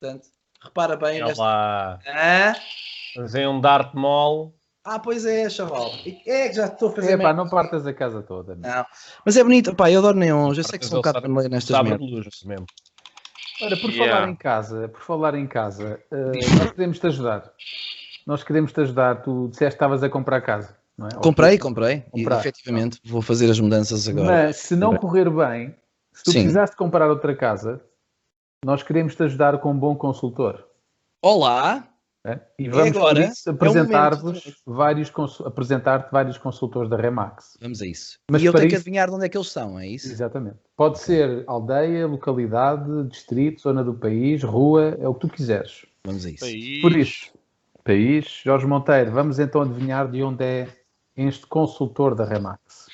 Portanto, repara bem.
Olha
Nesta...
lá.
Hã?
Fazem um Dart Mall.
Ah, pois é, chaval. É que já estou a fazer.
É pá,
merda.
não partas a casa toda. meu.
Mas é bonito, pá, eu adoro neons. Eu sei que sou um bocado
Partes ao
vermelho nestas
Sabre de
merdas.
luz mesmo.
Ora, por
Yeah.
falar em casa, por falar em casa, eh, nós queremos te ajudar. Nós queremos te ajudar. Tu disseste que estavas a comprar casa, não é?
Comprei, comprei. E,
Compraste.
efetivamente, vou fazer as mudanças agora.
Mas se não correr bem, se tu
Sim.
precisaste comprar outra casa, nós queremos te ajudar com um bom consultor.
Olá!
né? E vamos por
agora? É
isso, apresentar-vos vários consu- apresentar-te vários consultores da Remax.
Vamos a isso.
Mas
e eu
para
tenho que
isso-
adivinhar de onde é que eles são, é isso?
Exatamente. Pode ser aldeia, localidade, distrito, zona do país, rua, é o que tu quiseres.
Vamos a isso.
Por isso, país, Jorge Monteiro, vamos então adivinhar de onde é este consultor da Remax.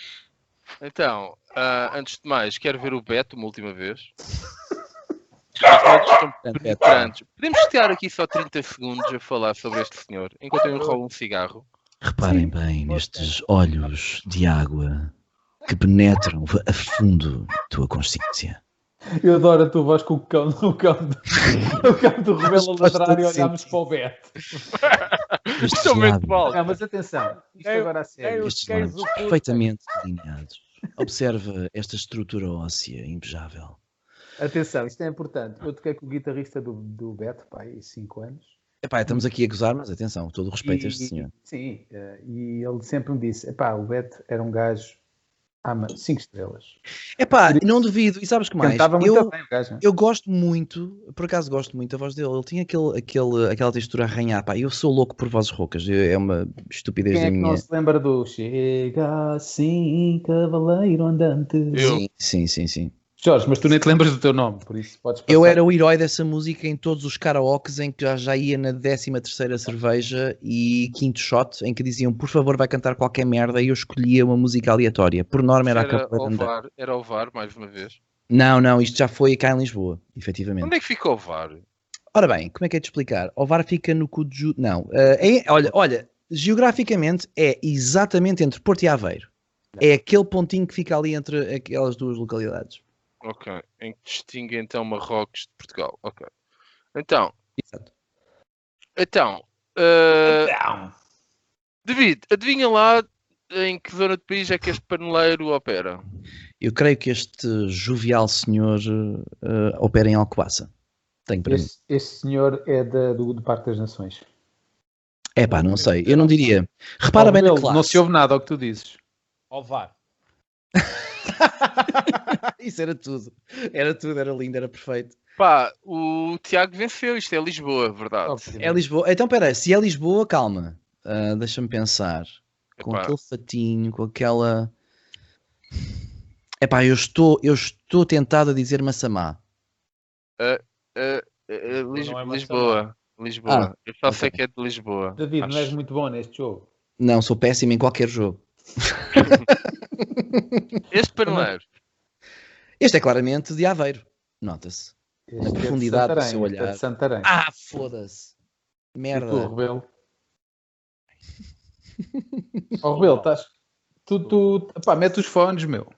Então, ah, antes de mais, quero ver o Beto uma última vez. Os olhos estão
Portanto, é-
penetrantes. Podemos tirar aqui só 30 segundos a falar sobre este senhor, enquanto eu enrolo um cigarro.
Reparem bem nestes olhos de água que penetram a fundo tua consciência.
Eu adoro a tua voz com o cão, o cão, do- o cão do Rebelo
Faz todo
Ladrar e olhámos
sentido.
para o Beto.
Estes
Isto é um momento
lábios-
mal.
Não, mas atenção, isto
Eu-
agora a sério.
estes lábios perfeitamente delineados. Observa esta estrutura óssea invejável.
Atenção, isto é importante. Eu toquei com o guitarrista do, do Beto, pai, 5 anos.
Epá, estamos aqui a gozar, mas atenção, com todo o respeito a este
E-
senhor.
Sim, eh, e ele sempre me disse: "Epá, o Beto era um gajo Ah, mano, 5 estrelas.
Epá, não duvido. E sabes que mais?
Cantava muito
Eu,
bem o gajo. né?
eu gosto muito, por acaso gosto muito da voz dele. Ele tinha aquele, aquele, aquela textura a arranhar. Pá, eu sou louco por vozes roucas. Eu- é uma estupidez
Quem é
da
que
minha.
não se lembra do Chega assim, cavaleiro andante?
Eu.
Sim, sim, sim, sim.
Jorge, mas
Tu
tu
nem te lembras do teu nome, por isso podes passar.
Eu era o herói dessa música em todos os karaokes em que já- já ia na 13ª cerveja e quinto shot, em que diziam, por favor, vai cantar qualquer merda, e eu escolhia uma música aleatória. Por norma era a
Era
Cavaleiro
ao
Andante.
VAR, era ao VAR, mais uma vez.
Não, não, isto já foi cá em Lisboa, efetivamente.
Onde é que fica o VAR?
Ora bem, como é que é de explicar? O VAR fica no cu de... Ju- Não, eh, é- olha, olha, geograficamente é exatamente entre Porto e Aveiro. É aquele pontinho que fica ali entre aquelas duas localidades.
Ok. Em que distingue então Marrocos de Portugal. Ok. Então,
Exato.
então, eh,
Não.
David, adivinha lá em que zona do país é que este paneleiro opera?
Eu creio que este jovial senhor eh, opera em Alcobaça. Tenho para mim.
este, este senhor é da- do, do Parque das Nações.
É pá, não sei. Eu não diria. Repara bem na
Ele,
classe.
Não se ouve nada ao que tu dizes.
Ao VAR.
Isso era tudo. Era tudo, era lindo, era perfeito.
Pá, o Tiago venceu. Isto é Lisboa, verdade.
É Lisboa. Então, peraí, se é Lisboa, calma. Ah, Deixa-me pensar. Com
Epá.
aquele fatinho, com aquela. É pá, eu estou, eu estou tentado a dizer Massamá.
Eh, eh, Lis-
Não é Barcelona.
Lisboa. Lisboa. Eu só sei
ok.
que é de Lisboa.
David, não és
Acho.
muito bom neste jogo.
Não, sou péssimo em qualquer jogo.
Este paneleiro.
Este é claramente de Aveiro. Nota-se.
Este é de
profundidade do
Santarém,
seu
este é
olhar.
de Santarém.
Ah, foda-se. Merda.
E tu, Rebelo? Ó, Oh, Rebelo, estás... Tu, tu...
Pá, mete os fones, meu.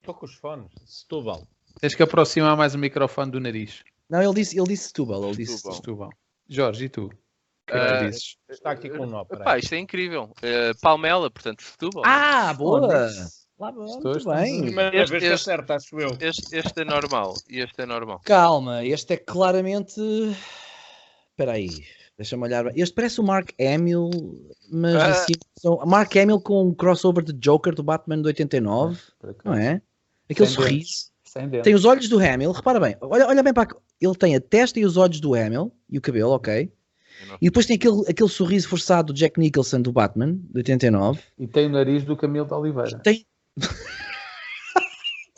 Estou com os fones. Setúbal.
Tens que aproximar mais o microfone do nariz.
Não, ele disse, ele disse Setúbal, ele disse.
Setúbal.
Setúbal. Jorge, e tu? O que é que
Ah,
tu dizes?
Está aqui com o nó. peraí.
Epá, isto é incrível. Eh, Palmela, portanto, Setúbal.
Ah, boa! Lá
Estou-
vamos,
estou-
bem.
Primeira
este-
vez que
este-
acerta, acho eu.
Este, este é normal. E este é normal.
Calma, este é claramente. Espera aí, deixa-me olhar. bem. Este parece o Mark Hamill, mas
Ah.
assim. São... Mark Hamill com um crossover de Joker do Batman de 89, não é? Aquele
Sem
sorriso.
Sem dentro.
Tem os olhos do Hamill, repara bem, olha, olha bem para. a- Ele tem a testa e os olhos do Hamill e o cabelo, ok.
Eu não-
E depois tem aquele, aquele sorriso forçado do Jack Nicholson do Batman de 89.
E tem o nariz do Camilo de
É.
Oliveira.
Tem...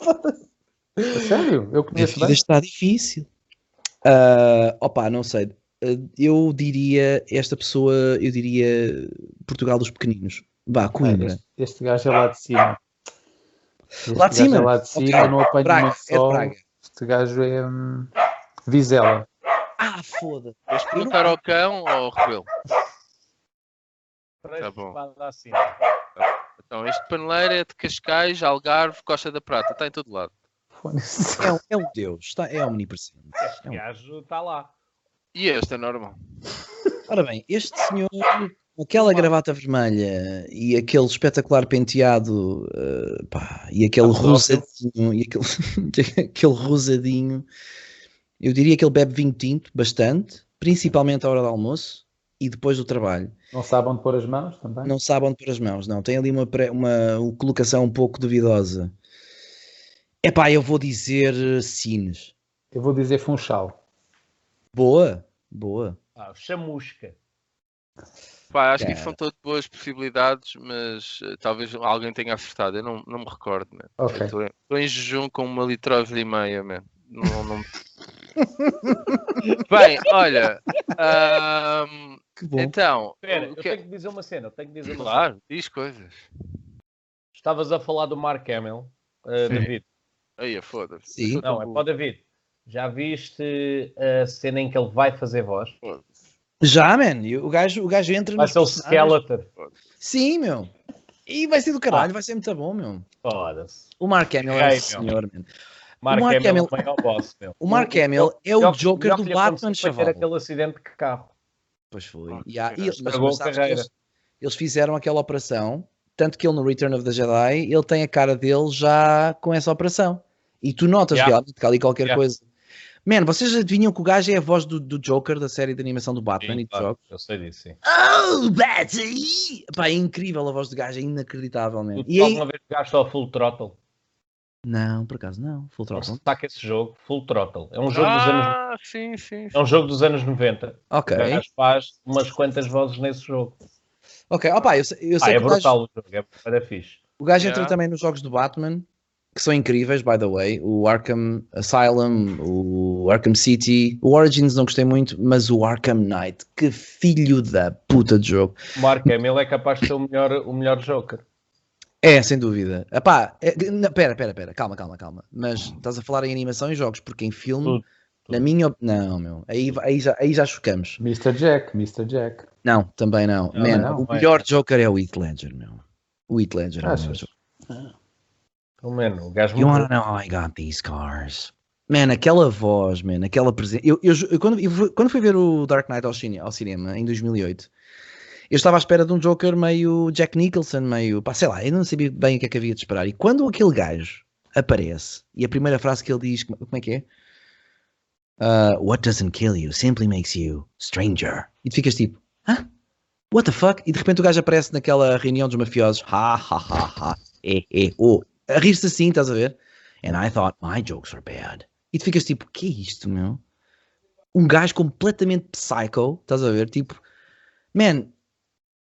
A Sério? Eu
A
conheço
vida
bem.
está difícil. Ah, opa, não sei. Ah, Eu diria, esta pessoa, eu diria Portugal dos Pequeninos. Vá, Coimbra. Ah,
Este, este gajo é lá de cima. Este
Lá de
gajo
cima?
É lá de cima,
Ok.
não apanha
Braga,
uma
é de
sol.
Braga.
este gajo é hum, Vizela.
Ah, foda
Vamos perguntar ao cão ou ao rebelo? Tá bom.
Espada assim.
Então, este paneleiro é de Cascais, Algarve, Costa da Prata. Está em todo lado.
Foda-se.
é, um- é um deus, está, é omnipresente.
Este gajo está lá.
E este é normal.
Ora bem, este senhor, com aquela gravata vermelha e aquele espetacular penteado, eh, pá, e aquele rosadinho, e aquele, aquele rosadinho, eu diria que ele bebe vinho tinto bastante, principalmente à hora do almoço e depois do trabalho.
Não sabe onde pôr as mãos também?
Não sabe onde pôr as mãos, não. Tem ali uma, pré- uma colocação um pouco duvidosa. Epá, eu vou dizer eh, Sines.
Eu vou dizer Funchal.
Boa, boa.
Ah, o chamusca.
Pá, acho que
Cara.
isto são todas boas possibilidades, mas eh, talvez alguém tenha acertado. Eu não, não me recordo, né? man.
Ok.
Estou em, tô em jejum com uma litrovia e meia, man. Não, não... Bem, olha. ahm,
Que bom.
então,
Espera,
o
eu
que é-
tenho que dizer uma cena. Tenho que dizer uma cena.
claro, diz coisas.
Estavas a falar do Mark Hamill, eh,
Sim.
David.
Aí, foda-se.
Sim.
Eu sou
Não, é
tão
para o David. Já viste eh, a cena em que ele vai fazer voz?
burro.
Já, man, e o gajo, o gajo entra
Vai
nos
ser o
personagens.
Skeletor.
Sim, meu. E vai ser do caralho, vai ser muito bom, meu.
Foda-se.
O Mark Hamill é
Ai,
o senhor, man.
Mark,
Mark
Hamill é
Hamill-
o maior boss, meu.
O Mark Hamill é o
Melhor-
Joker
melhor
do
que lhe
Batman,
aconteceu foi
chaval.
ter aquele acidente de carro.
Pois foi.
Ah,
E há- e-
caralho,
mas,
estragou
mas
a
sabes que
carreira.
eles, eles fizeram aquela operação, tanto que ele no Return of the Jedi, ele tem a cara dele já com essa operação. E tu notas
Yeah.
realmente que há ali qualquer
Yeah.
coisa. Man, vocês adivinham que o gajo é a voz do, do Joker da série de animação do Batman e
Sim,
dos
claro,
jogos?
eu sei disso, sim.
Oh, Betty! Pá, é incrível a voz do gajo, é inacreditável, man.
Tu
E aí...
alguma vez jogaste ao Full Throttle?
Uhum. Não, por acaso não. Full Throttle.
Saca esse jogo, Full Throttle. É um jogo dos anos,
Ah, sim, sim.
é um jogo dos anos 90.
Ok,
O gajo faz umas quantas vozes nesse jogo.
ok. Opa, eu, sei- eu sei
Ah, é
que o gajo-
brutal o jogo, é, era fixe.
O gajo entra
Yeah.
também nos jogos do Batman, que são incríveis, by the way. O Arkham Asylum, o Arkham City, o Origins não gostei muito, mas o Arkham Knight, que filho da puta de jogo.
O Mark Hamill é capaz de ser o melhor, o melhor Joker.
É, sem dúvida. Epá, é, na- pera, pera, pera, calma, calma, calma. Mas estás a falar em animação e jogos, porque em filme,
Tudo,
na minha op- Não, meu, aí, aí, já, aí já chocamos.
Mr. Jack, Mr. Jack.
Não, também não.
Não,
Man,
não,
o
vai.
melhor Joker é o Heath Ledger, meu. O Heath Ledger é o melhor
Achas?
Joker.
Pelo menos, o gajo
You
mudou.
wanna know how I got these cars? Man, aquela voz, man, aquela presença. Eu, eu, ju- eu quando, eu fui- quando fui ver o Dark Knight ao, cine, ao cinema, em 2008, eu estava à espera de um Joker meio Jack Nicholson, meio. Pá, sei lá, eu não sabia bem o que é que havia de esperar. E quando aquele gajo aparece e a primeira frase que ele diz, como como é que é? Ah, What doesn't kill you simply makes you stranger. E tu ficas tipo, hã? What the fuck? E de repente o gajo aparece naquela reunião dos mafiosos, ha ha ha ha, e, e, oh, a rir-se assim, estás a ver? And I thought my jokes were bad. E tu ficas tipo, que é isto, meu? Um gajo completamente psycho, estás a ver? Tipo, man,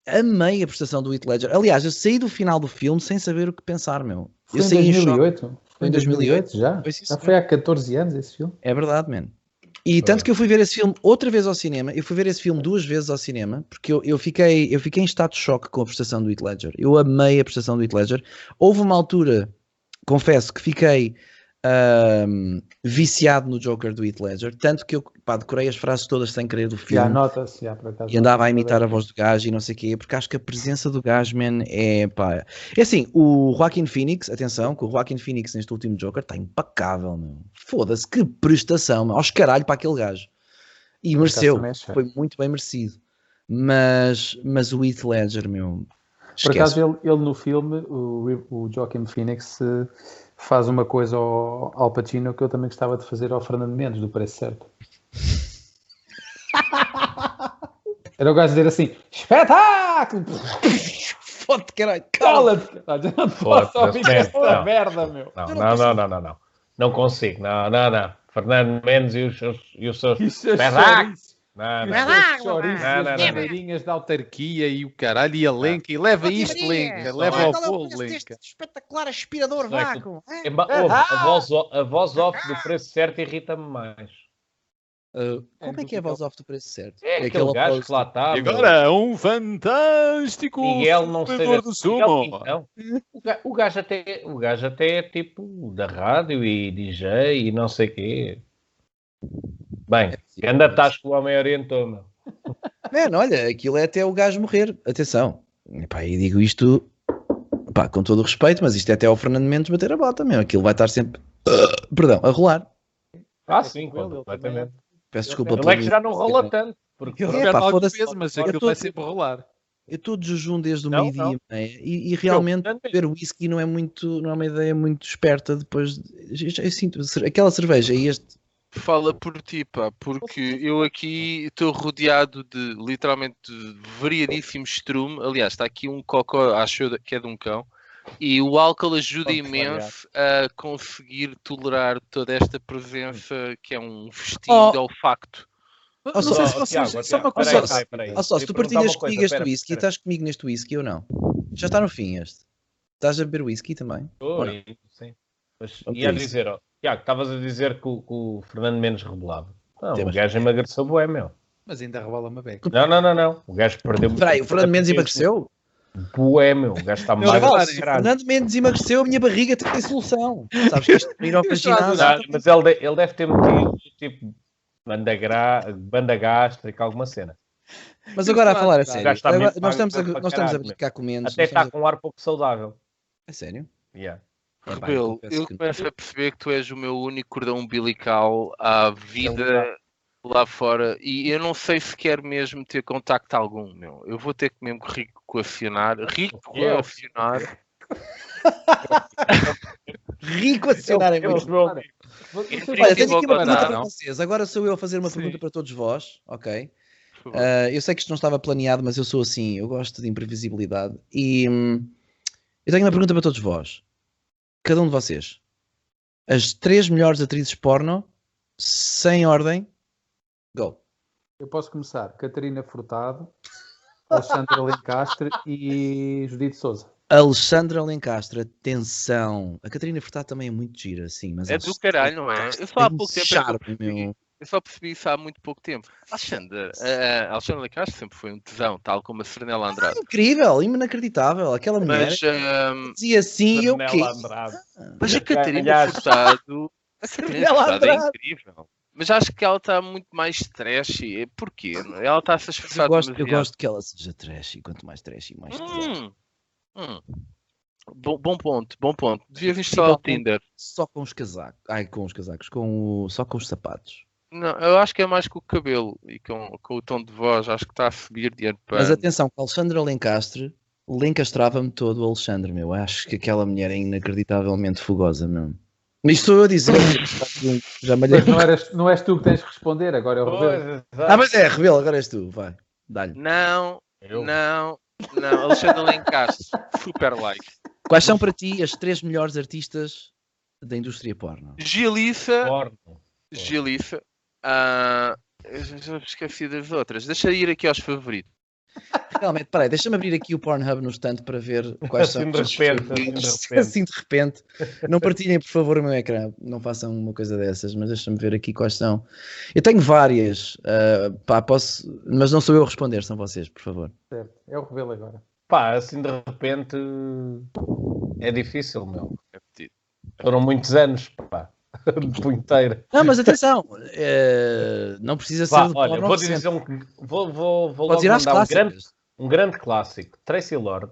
amei a prestação do Heath Ledger. Aliás, eu saí do final do filme sem saber o que pensar, meu.
Foi
eu
em
saí em choque.
2008? Foi em 2008 já?
Foi sim,
Já
senhor.
foi há 14 anos esse filme?
É verdade, man. E tanto que eu fui ver esse filme outra vez ao cinema, eu fui ver esse filme duas vezes ao cinema, porque eu, eu fiquei, eu fiquei em estado de choque com a prestação do Heath Ledger. Eu amei a prestação do Heath Ledger. Houve uma altura, confesso, que fiquei ahm, viciado no Joker do Heath Ledger, tanto que eu pá, decorei as frases todas sem querer do
Já
filme.
nota-se, já por acaso.
E andava a imitar a voz do gajo e não sei o quê, porque acho que a presença do gajo, man, é pá. É assim, o Joaquin Phoenix, atenção, que o Joaquin Phoenix neste último Joker está impecável, meu. Foda-se, que prestação, meu. aos caralho para aquele gajo. E mereceu,
também é. achei.
foi muito bem merecido. Mas, mas o Heath Ledger, meu.
Por
Esquece.
acaso, ele, ele no filme, o, Re- o Joaquim Phoenix, eh, faz uma coisa ao, ao Pacino que eu também gostava de fazer ao Fernando Mendes, do Preço Certo. Era o gajo dizer assim: espetáculo!
Foda-te, caralho. Cala.
Cala-te! caralho, Eu não
Foda-se,
posso ouvir
man,
esta
não.
merda, meu!
Não, não, não, não, não, não. Não consigo, não, não, não. Fernando Mendes e os seus. E os seus...
Isso é
Espera-
chouriço,
Não, não.
isso é chouriço,
Não, não,
as
não, não.
bandeirinhas da
da autarquia e o caralho, e a lenca, e leva isto, lenca, leva ao bolo,
É
lenca.
espetacular aspirador
Não é que-
vácuo.
É ba- ouve, a, voz, o- a voz off do preço certo irrita-me mais.
Uh, como é que é a voz off do preço certo?
É aquele
aquela
gajo
voz-
que lá está.
E
meu.
agora, um fantástico
Miguel não seja
superior do sumo.
Então, o ga- o gajo, até, o gajo até é tipo da rádio e DJ e não sei quê. Bem, anda estás com o homem orientou, meu.
Mano, olha, aquilo é até o gajo morrer. Atenção. Epá, e digo isto pá, com todo o respeito, mas isto é até ao Fernando Mendes bater a bota mesmo. Aquilo vai estar sempre, uh, perdão, a rolar.
Ah, sim,
com ele, ele
completamente.
Peço
Ele-
desculpa
Ele é que
pelo.
já não rola tanto. Porque
Ele-
Perde
Epá,
algum
foda-se.
peso,
é
mas
Eu
aquilo
tô-
vai sempre rolar.
Eu estou de jejum desde o
Não,
meio-dia
não.
e meia e, e realmente
Meu,
beber whisky não é muito, não é uma ideia muito esperta depois. de- eu já- eu sinto cer- aquela cerveja e este.
Fala por ti, pá, porque eu aqui estou rodeado de literalmente de variadíssimo estrume. Aliás, está aqui um cocó, acho eu, que é de um cão. E o álcool ajuda
Pode
imenso a conseguir tolerar toda esta presença que é um vestido
Oh.
ao facto.
Oh, só,
Ó,
só- só-
Tiago,
só-
ó,
só uma
Tiago,
coisa.
peraí, peraí, peraí.
ó, só, se
Queria
tu
perguntar
partilhas
uma coisa,
comigo este
pera,
whisky,
pera.
estás comigo neste whisky ou não? Já está no fim este. Estás a beber whisky também?
Tô,
Ora.
e- sim. Mas
Vamos
ia
a isso.
dizer, ó, Tiago, estavas a dizer que o, que o Fernando Mendes rebolava. Não,
Temos.
o gajo emagreceu bué, meu.
Mas ainda rebola uma beca.
Não, não, não, não. O gajo perdeu...
É Espera aí, o
É
Fernando Mendes emagreceu?
Bué, meu. O gajo está
Não,
magro.
não,
para
Cavalo, se o
caralho.
Fernando Mendes emagreceu, a minha barriga tem solução. Sabes que isto de ir ao
Eu já
ginásio-
adorava.
Não, mas ele, de- ele deve ter metido, tipo, banda, gra... banda gástrica, alguma cena.
Mas agora a falar a
Já
sério,
está mesmo
agora- nós
pago
estamos a,
para
nós estamos a
caralho,
brincar com menos.
Até
nós
está
estamos
com um ar pouco saudável.
a... a sério?
Yeah.
É, pá,
Rebelo,
confesso
eu
que-
começo a perceber que tu és o meu único cordão umbilical
É
à
um
vida lá fora e eu não sei se quero mesmo ter contacto algum, meu. Eu vou ter que mesmo recoacionar, recoacionar
Rico a cenar é
Eu- eu-
muito.
meu amigo,
Vocês-
Olha,
Olha,
Sim,
tenho
vou
aqui uma pergunta
contar,
para
não?
vocês. Agora sou eu a fazer uma
Sim.
pergunta para todos vós, ok?
Por favor.
Ah, eu sei que isto não estava planeado, mas eu sou assim, eu gosto de imprevisibilidade. E hum, eu tenho uma pergunta para todos vós. Cada um de vocês. As três melhores atrizes porno, sem ordem, go.
Eu posso começar. Catarina Furtado, Alexandra Lencastre e Judite Souza.
Alexandra Lencastre, atenção. A Catarina Furtado também é muito gira, sim, mas
É
a
do
Alexandra
caralho, não é?
Lencastre
Eu só há
tem um
pouco tempo é que eu
charme,
percebi.
meu.
Eu só percebi isso há muito pouco tempo. Alexandre, eh, Alexandre Lencastre sempre foi um tesão, tal como a Serenela Andrade.
Incrível, inacreditável. Aquela mulher
Mas, ehm,
dizia assim e eu
Fernela
quê?
Andrade.
mas a Catarina
Aliás.
Furtado... A Catarina
Serenela
Furtado é
Andrade.
incrível. Mas acho que ela está muito mais trashy. Porquê? Ela está a se esforçar
Eu gosto, eu
demasiado.
gosto que ela seja trashy. Quanto mais trashy, mais tesão.
Hum. Hum. Bom, bom ponto, bom ponto. Devias
Sim,
instalar
bom
o Tinder.
Só com os casacos. Ai, com os casacos. Com o... Só com os sapatos.
Não, eu acho que é mais com o cabelo e com, com o tom de voz. Acho que está a subir de ano para
Mas
ano.
atenção, que a Alexandra Lencastre lencastrava-me todo o Alexandre, meu. Acho que aquela mulher é inacreditavelmente fogosa, meu. Mas isto sou eu a dizer. Já malhei.
Mas não, eras- não és tu que tens de responder, agora é o Rebelo.
Pois,
Ah,
exato.
mas é, Rebelo, agora és tu. Vai, dá-lhe.
Não,
Eu-
não, não. Alexandre Lencastre, super like.
Quais são para ti as três melhores artistas da indústria porno?
Gilissa,
Porno.
Gilissa. ah, eu já já me esqueci das outras. Deixa eu ir aqui aos favoritos.
Realmente, peraí, deixa-me abrir aqui o Pornhub no estante para ver quais são
Assim de
os-
repente, assim de repente.
Assim de repente. Não partilhem, por favor, o meu ecrã. Não façam uma coisa dessas, mas deixa-me ver aqui quais são. Eu tenho várias, ah, pá, posso, mas não sou eu a responder, são vocês, por favor.
certo. É o Rebelo agora.
Pá, assim de repente é difícil, meu.
É pedido.
Foram muitos anos, pá, de punheteira.
Não, mas atenção, eh, não precisa
Vá,
ser de
olha,
porno
vou
recente.
dizer um. Vou, vou, vou
Podes
logo
ir às
mandar um grande,
clássicas.
um grande clássico: Tracy Lord.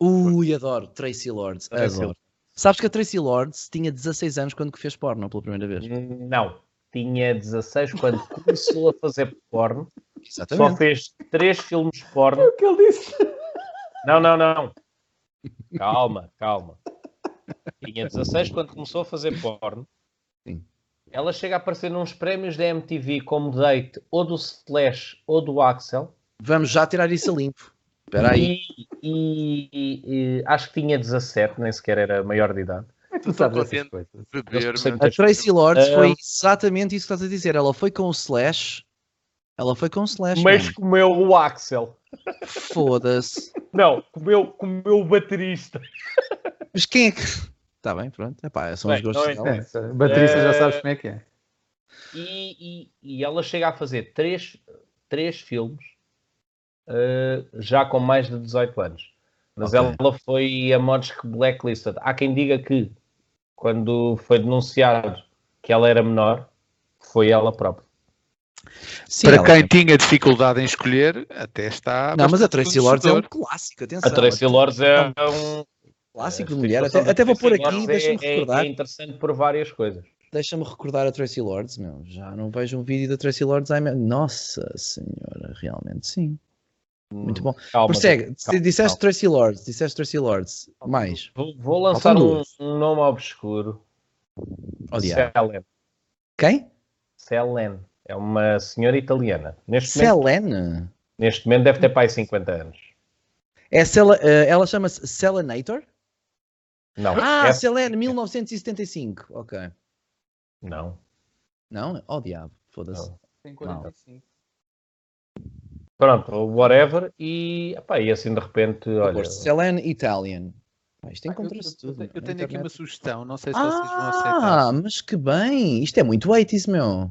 Ui, adoro, Tracy Lords,
Tracy
adoro. Sabes que a Tracy Lords tinha 16 anos quando que fez porno pela primeira vez.
Não, tinha 16 quando começou a fazer porno. Só
Exatamente.
fez três filmes porno.
O que ele disse?
Não, não, não. Calma, calma. Tinha 16 quando começou a fazer porno.
Sim.
Ela chega a aparecer nos prémios da MTV como date ou do Slash ou do Axel.
Vamos já tirar isso a limpo. Espera aí.
E, e- e- e acho que tinha 17, nem sequer era maior de idade.
é Tu sabes
Estou
essas
contente
coisas.
de beber,
Eu sei
mas-
A Tracy Lords
Ah.
foi exatamente isso que estás a dizer. Ela foi com o Slash. Ela foi com o Slash.
Mas
mano.
comeu o Axel.
Foda-se.
Não, comeu, comeu o baterista.
Mas quem é que. Tá bem, pronto. Epá, são os
Bem,
gostos
não é
dela.
interessa.
Batista, É. já
Eh,
sabes como é que é.
E, e- e ela chega a fazer três, três filmes eh, já com mais de 18 anos. Mas
Ok.
ela foi a modos que blacklisted. Há quem diga que quando foi denunciado que ela era menor, foi ela própria.
Sim,
Para
ela
quem
tem-
tinha dificuldade em escolher, até está.
Não, mas a
bastante
Tracy Lords é um
conhecedor.
clássico. Atenção.
A Tracy Lords é um é
um clássico de
a
mulher. Até,
situação da
até vou pôr
Tracy
aqui.
Lords
Deixa-me
é, é-
recordar.
é interessante por várias coisas.
Deixa-me recordar a Tracy Lords. Meu. Já não vejo um vídeo da Tracy Lords. ai, meu- Nossa Senhora, realmente sim. Muito bom.
Calma,
Prossegue.
calma,
Disseste
calma.
Tracy Lords. Disseste Tracy Lords. Mais.
Vou, vou lançar
Faltam
um,
duas.
um nome obscuro.
Odiar.
Selen.
Quem?
Selen. É uma senhora italiana. Neste momento
Selena.
Neste momento deve ter
Hum.
pai 50 anos.
É Sela, eh, ela chama-se Selenator?
Não.
Ah,
é-
Selene, 1975. Ok.
Não.
Não? Oh, diabo. Foda-se.
Não.
Tem
45.
Pronto, whatever. E, epá, e assim de repente, olha.
Selene Italian. Ah, isto
Ah, eu-
encontra-se
eu, eu
tudo.
tenho- eu
na
tenho aqui uma
internet.
sugestão, não sei se vocês vão aceitar.
Ah, mas que bem. Isto é muito 80s, meu.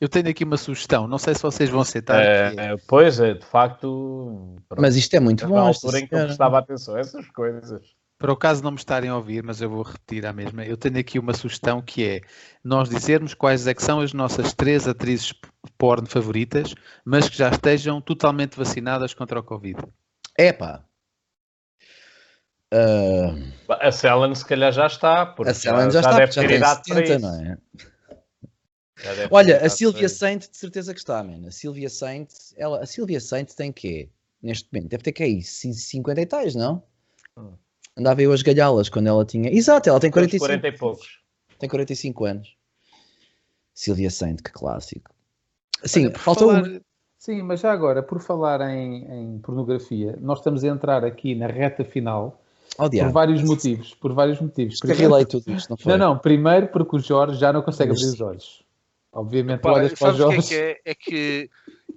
Eu tenho aqui uma sugestão, não sei se vocês vão aceitar. que é-
eh, pois, eh, de facto. pronto,
Mas isto é muito
na
bom. esta
altura em que eu
senhora.
prestava atenção a essas coisas.
Para o caso de não me estarem a ouvir, mas eu vou repetir à mesma, eu tenho aqui uma sugestão que é nós dizermos quais é que são as nossas três atrizes p- porno favoritas, mas que já estejam totalmente vacinadas contra o Covid.
Epá. Ah,
A Selen se calhar já está, porque
a Selene já, está,
deve
porque já
ter
tem
idade para
70,
isso.
não é?
Já deve ter
Olha, a
idade para
Silvia
isso.
Saint, de certeza que está, mano. A Silvia Saint, ela, a Silvia Saint tem quê? Neste momento, deve ter que aí cin- 50 e tais, não?
Hum.
Andava eu a esgalhá-las quando ela tinha. Exato, ela tem
Tem uns
45.
40 e poucos.
Tem 45 anos. Silvia Saint, que clássico. Sim,
Olha, por
faltou um,
falar-
uma.
Sim, mas já agora, por falar em, em pornografia, nós estamos a entrar aqui na reta final
Oh,
por
diabo.
vários motivos. Por vários motivos.
Descarrilei tudo isto, é não é? foi?
não, não, primeiro porque o Jorge já não consegue abrir os olhos. Obviamente, tu
Pá,
olhas para o
sabes o
Jorge.
que é que é? É que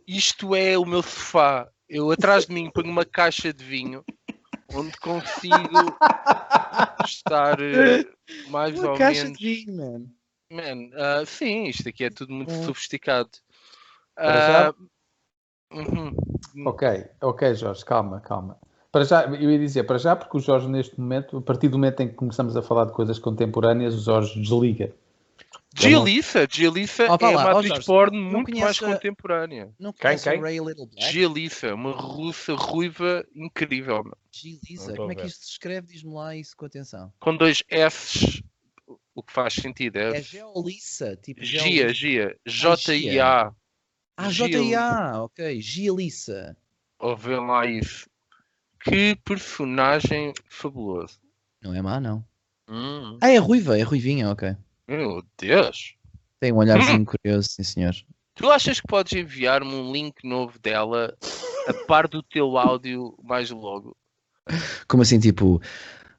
isto é o meu sofá. Eu atrás de mim ponho uma caixa de vinho onde consigo estar eh, mais
Uma
ou
caixa
menos.
de vinho, mano.
Man, ah, sim, isto aqui é tudo muito
Hum.
sofisticado.
Para
Ah, uhum.
Ok, ok, Jorge, calma, calma. Para já, eu ia dizer, para já, porque o Jorge, neste momento, a partir do momento em que começamos a falar de coisas contemporâneas, o Jorge desliga.
Gia Lisa, Gia Lisa
Ah, vá
é
lá,
uma
ó,
atriz
Jorge,
porno
não
muito mais
conheço a- é?
contemporânea.
Não
Quem,
conhece
quem?
o Ray Little Black?
Gia Lisa, uma russa ruiva incrível, meu.
G.
Não
Lisa.
tô
Como é
a
que
ver.
isto se escreve? Diz-me lá isso com atenção.
com dois Fs, o que faz sentido. É
É Geolissa, tipo
Gia,
Geolissa.
Gia,
Gia.
J-I-A.
Ah,
Geolissa.
J.A., ok. Geolissa.
Ou vê lá isso. Que personagem fabuloso.
Não é má, não.
Hum,
Ah, é ruiva, é ruivinha, ok.
meu Deus.
Tem um olharzinho curioso, sim senhor.
Tu achas que podes enviar-me um link novo dela a par do teu áudio mais logo?
Como assim, tipo...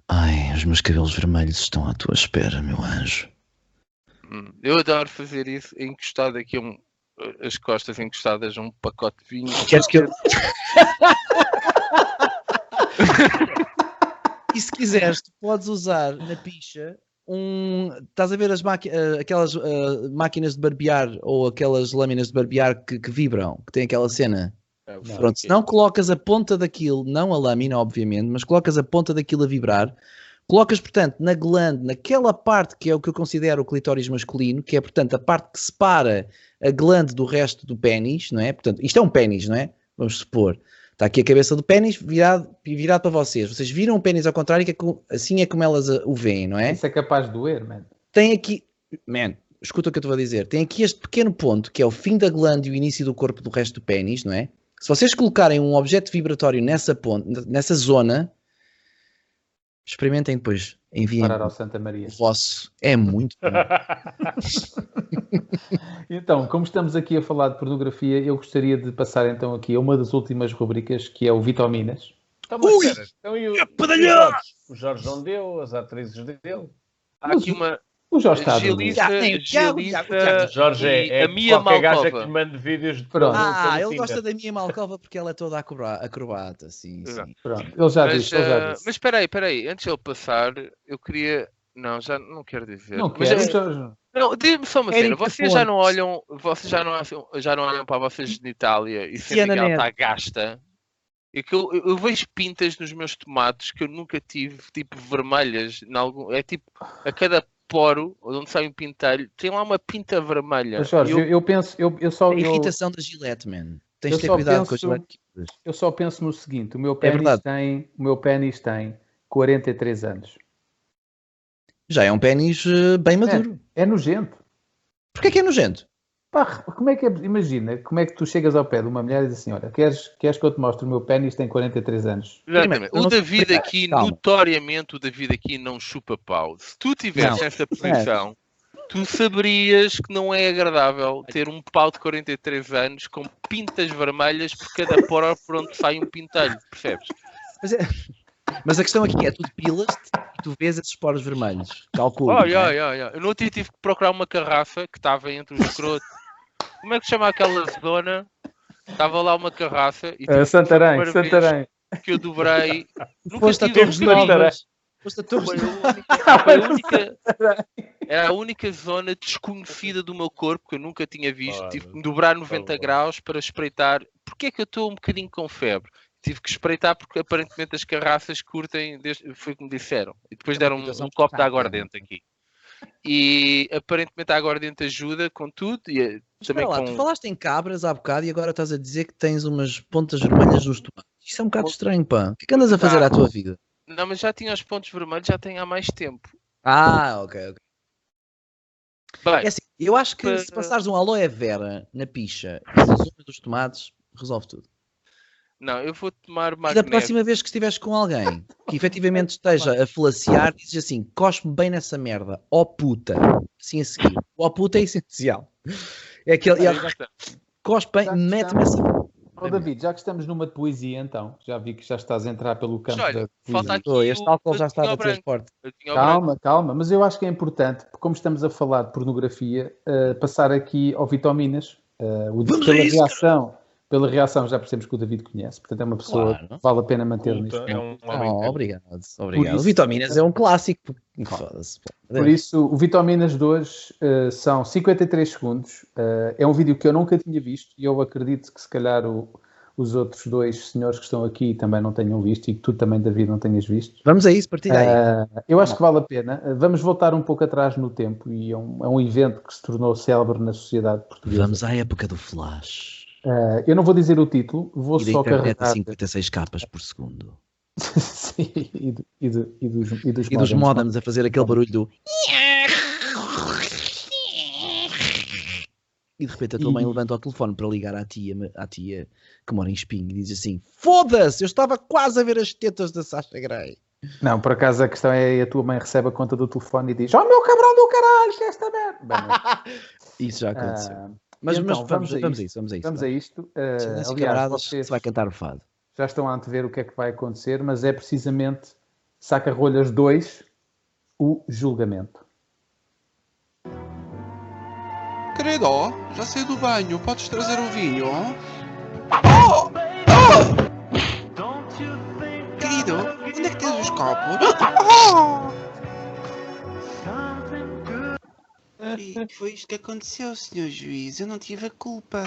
Ai, os meus cabelos vermelhos estão à tua espera, meu anjo.
Hum, Eu adoro fazer isso encostado aqui a um, as costas encostadas a um pacote de vinho.
Queres que eu... e se quiseres, tu podes usar na picha um... Estás a ver as maqui- eh, aquelas eh, máquinas de barbear ou aquelas lâminas de barbear que, que vibram, que tem aquela cena? Pronto, se não colocas a ponta daquilo, não a lâmina, obviamente, mas colocas a ponta daquilo a vibrar, colocas, portanto, na glande, naquela parte que é o que eu considero o clitóris masculino, que é, portanto, a parte que separa a glande do resto do pênis, não é? Portanto, isto é um pênis, não é? Vamos supor. Está aqui a cabeça do pênis virado, virado para vocês. Vocês viram o pênis ao contrário, que é co- assim é como elas ah, o veem, não é?
Isso é capaz de doer, mano.
tem aqui, man, escuta o que eu te vou dizer, tem aqui este pequeno ponto que é o fim da glande e o início do corpo do resto do pênis, não é? Se vocês colocarem um objeto vibratório nessa ponte, nessa zona, experimentem depois, enviem
Parar ao
o
Santa Maria.
vosso, é muito bom.
Então, como estamos aqui a falar de pornografia, eu gostaria de passar então aqui a uma das últimas rubricas, que é o Vitaminas.
Então, mas
Ui!
espera, então
É
e o, e o
Pedalhão!
Jorge? O Jorge não deu, as atrizes dele.
Há aqui uma
O Jorge está a dormir.
Gilissa,
Já tem o Tiago, Tiago,
Gilissa,
O Jorge
e
é, é
a Mia
qualquer gaja
Malkova.
que manda vídeos de é
Pronto.
Ah,
pelo
ele
Tinder.
gosta da minha malcova porque ela é toda acroba- acrobata, sim, sim.
Pronto, ele já
Mas,
é
disse, ele já
ah,
disse.
mas espera aí, espera aí. Antes de ele passar, eu queria... Não, já não quero dizer.
Não
Mas
quero,
é-
Jorge.
Não, diz-me só uma cena.
Érica
Vocês já
Fontes.
não olham, vocês já não, acham- já não olham para a vossa genitália e sentem
Tiana
que ela
Neto.
está gasta. É que eu, eu vejo pintas nos meus tomates que eu nunca tive, tipo vermelhas. em algum- é tipo, a cada poro, onde sai um pintelho, tem lá uma pinta vermelha.
Mas, Jorge,
E eu-
eu, eu penso, eu, eu só,
A
eu,
É irritação da Gillette, man. Tens
Eu
de ter
só
cuidado com a
penso-
Gillette.
eu só penso no seguinte: o meu pênis
É verdade.
tem, o meu pênis tem 43 anos.
Já é um pênis eh, bem maduro.
É nojento.
Porquê que é nojento?
Pá, como é que é? Imagina, como é que tu chegas ao pé de uma mulher e dizes assim: olha, queres, queres que eu te mostre o meu pênis tem 43 anos?
Exatamente.
eu
o
não-
David
Primeiro,
aqui,
calma.
notoriamente, o David aqui não chupa pau. Se tu tivesse
Não. É.
essa posição, tu saberias que não é agradável ter um pau de 43 anos com pintas vermelhas por cada poro por onde sai um pintelho, percebes?
Mas, é- mas a questão aqui é: tu depilas-te e tu vês esses poros vermelhos.
Oh,
Calculo.
Olha,
não é?
olha, olha. Eu no outro dia tive que procurar uma carrafa que estava entre o escroto. Como é que se chama aquela zona? Estava lá uma carrafa
É,
e tive
Ah, Santarém,
Primeira vez.
Santarém.
que eu dobrei. Nunca
Foste a
tive
Torres
um pau.
Novas. Foste a Torres
Foi a
Novas.
única- foi a única- era a única zona desconhecida do meu corpo que eu nunca tinha visto.
Ora,
Tive que me dobrar 90
tá bom.
graus para espreitar. Porquê é que eu estou um bocadinho com febre? Tive que espreitar porque aparentemente as carraças curtem, desde- foi o que me disseram. E
É
depois deram um, um copo de
né?
aguardente aqui. E aparentemente a aguardente ajuda com tudo. E eh, também
Espera lá, tu
com...
falaste em cabras há bocado e agora estás a dizer que tens umas pontas vermelhas nos tomates. Isto é um bocado estranho, pá. O que é que andas a
tá.
fazer à tua vida?
Não, mas já tinha os pontos vermelhos, já tem há mais tempo.
Ah, ok, ok.
Bem,
É assim, eu acho que se passares um aloe vera na picha, na zona dos tomates, resolve tudo.
Não, eu vou tomar
E da
magnésio.
próxima vez que estiveres com alguém que efetivamente esteja a falaciar, dizes assim: cospe bem nessa merda, ó puta. Assim a seguir. Ó puta é essencial. É aquele.
Ah,
e ela
exato.
cospe bem,
Já
mete-me essa.
Ó, "Oh, David, já que estamos numa de poesia, então, já vi que já estás a entrar pelo
Mas
campo
olha,
da poesia.
falta aqui.
Pô, este
o-
álcool já
eu tinha
estava
o
a ter
branco,
forte.
eu tinha o branco.
Calma, calma, mas eu acho que é importante, porque como estamos a falar de pornografia, eh, passar aqui ao Vitaminas, eh, o-
Vamos a
pela
isso,
reação, pela reação já percebemos que o David conhece, portanto é uma pessoa
Claro.
que vale a pena manter nisto.
Culta, é um homem
Oh,
culto.
obrigado, obrigado.
isso-
O Vitaminas é um clássico. Foda-se. pô.
Por isso, o Vitaminas de hoje eh, são 53 segundos. Eh, é um vídeo que eu nunca tinha visto e eu acredito que se calhar o- os outros dois senhores que estão aqui também não tenham visto e que tu também, David, não tenhas visto.
Vamos a isso, partilha aí.
Ah, eu acho que vale a pena. Ah, Vamos voltar um pouco atrás no tempo e é um, é um evento que se tornou célebre na sociedade portuguesa.
Vamos à época do Flash
Ah, eu não vou dizer o título, vou
e da
só
internet a
carregar.
56 capas por segundo.
Sim, e, do- e do- e dos, e dos
E dos
modems.
modems a fazer aquele barulho do. E de repente a tua mãe
E-
levanta o telefone para ligar à tia, à tia que mora em Espinho e diz assim: Foda-se, eu estava quase a ver as tetas da Sasha Grey.
Não, por acaso a questão é a tua mãe recebe a conta do telefone e diz: Oh meu cabrão do caralho, que é esta merda! Bem, não.
Isso já aconteceu.
Ah,
mas
então,
mas
vamos
vamos,
a
vamos a
isto.
isso, vamos a isso.
vamos
vá.
a isto. Ah,
Silêncio,
aliás,
camaradas,
vocês
Eh, se vai cantar o fado.
já estão a antever o que é que vai acontecer, mas é precisamente Saca-Rolhas 2, o julgamento.
Querido, já saí do banho, podes trazer um vinho? Oh! Querido, onde é que tens os copos? E foi isto que aconteceu, senhor juiz. Eu não tive a culpa.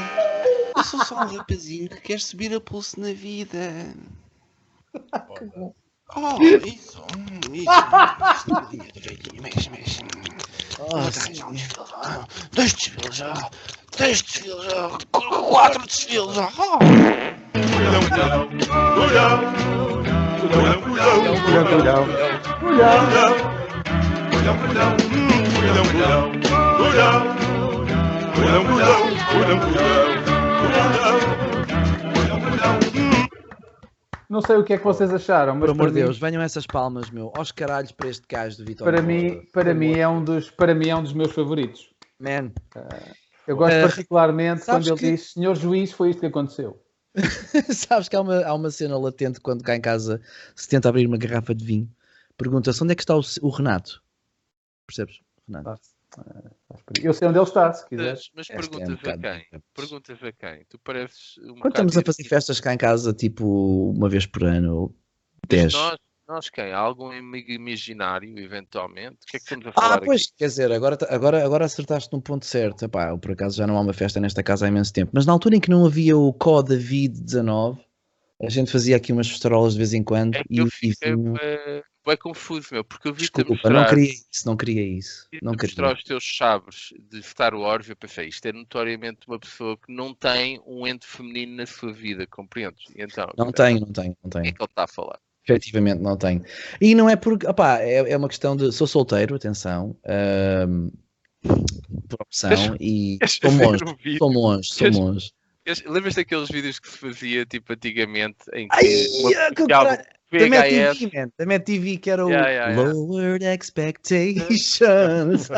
Eu sou só um rapazinho que quer subir a pulso na vida. Oh, isso. hum, Isso. Mexe, mexe. Dá-lhe um desfile, vá. Dois desfiles já. Três desfiles já. Qu- Quatro desfiles já. Oh.
Não sei o que é que vocês acharam, mas
Por amor
para,
de
mim,
Deus, venham essas palmas, meu. Aos caralhos para este gajo do Vitor.
para
Moura.
mim, para mim é um dos, para mim é um dos meus favoritos.
Man,
Eu gosto
Eh,
particularmente
sabes
quando ele
que-
diz, senhor juiz, foi isto que aconteceu.
Sabes que há uma, há uma cena latente quando cá em casa se tenta abrir uma garrafa de vinho. Pergunta-se onde é que está o, o Renato? Percebes? Renato.
Ah, faz por aí. Eu sei onde ele está, se quiseres.
Mas, mas
Esta é um
perguntas a
bocado-
quem? Perguntas a quem? Tu pareces. Um
Quando estamos
bocado
a fazer
irritado.
festas cá em casa, tipo uma vez por ano, ou
Mas
10.
Nós, nós quem? Há algum amigo imaginário, eventualmente? O que é que estamos a falar
Ah, pois,
aqui?
quer dizer, agora, ta- agora, agora acertaste num ponto certo. Epá, eu, por acaso já não há uma festa nesta casa há imenso tempo. Mas na altura em que não havia o CO David 19, a gente fazia aqui umas festarolas de vez em quando.
É que
e,
eu
e
fiquei
vinho-
bué- bué confuso, meu, porque eu vi-te a
Desculpa,
mostrar,
não queria isso, não queria isso.
vi-te a
Não
mostrar
queria.
os teus chaves de Star Wars e eu pensei, isto é notoriamente uma pessoa que não tem um ente feminino na sua vida, compreendes? E Então,
Não
espera,
tenho, não tenho, não
O que é
tenho.
que ele está a falar?
Efetivamente não tenho. E não é porque, opá, é, é uma questão de. Sou solteiro, atenção. ahm, por opção e sou monge,
um
sou monge, sou
Deixa-
monge.
Lembras daqueles vídeos que se fazia, tipo, antigamente, em que
Ai,
uma
ah, que
pessoa
caralho, da Mad
VHS...
TV, man, da Mad TV, que era o
Yeah, yeah, yeah.
Lowered Expectations.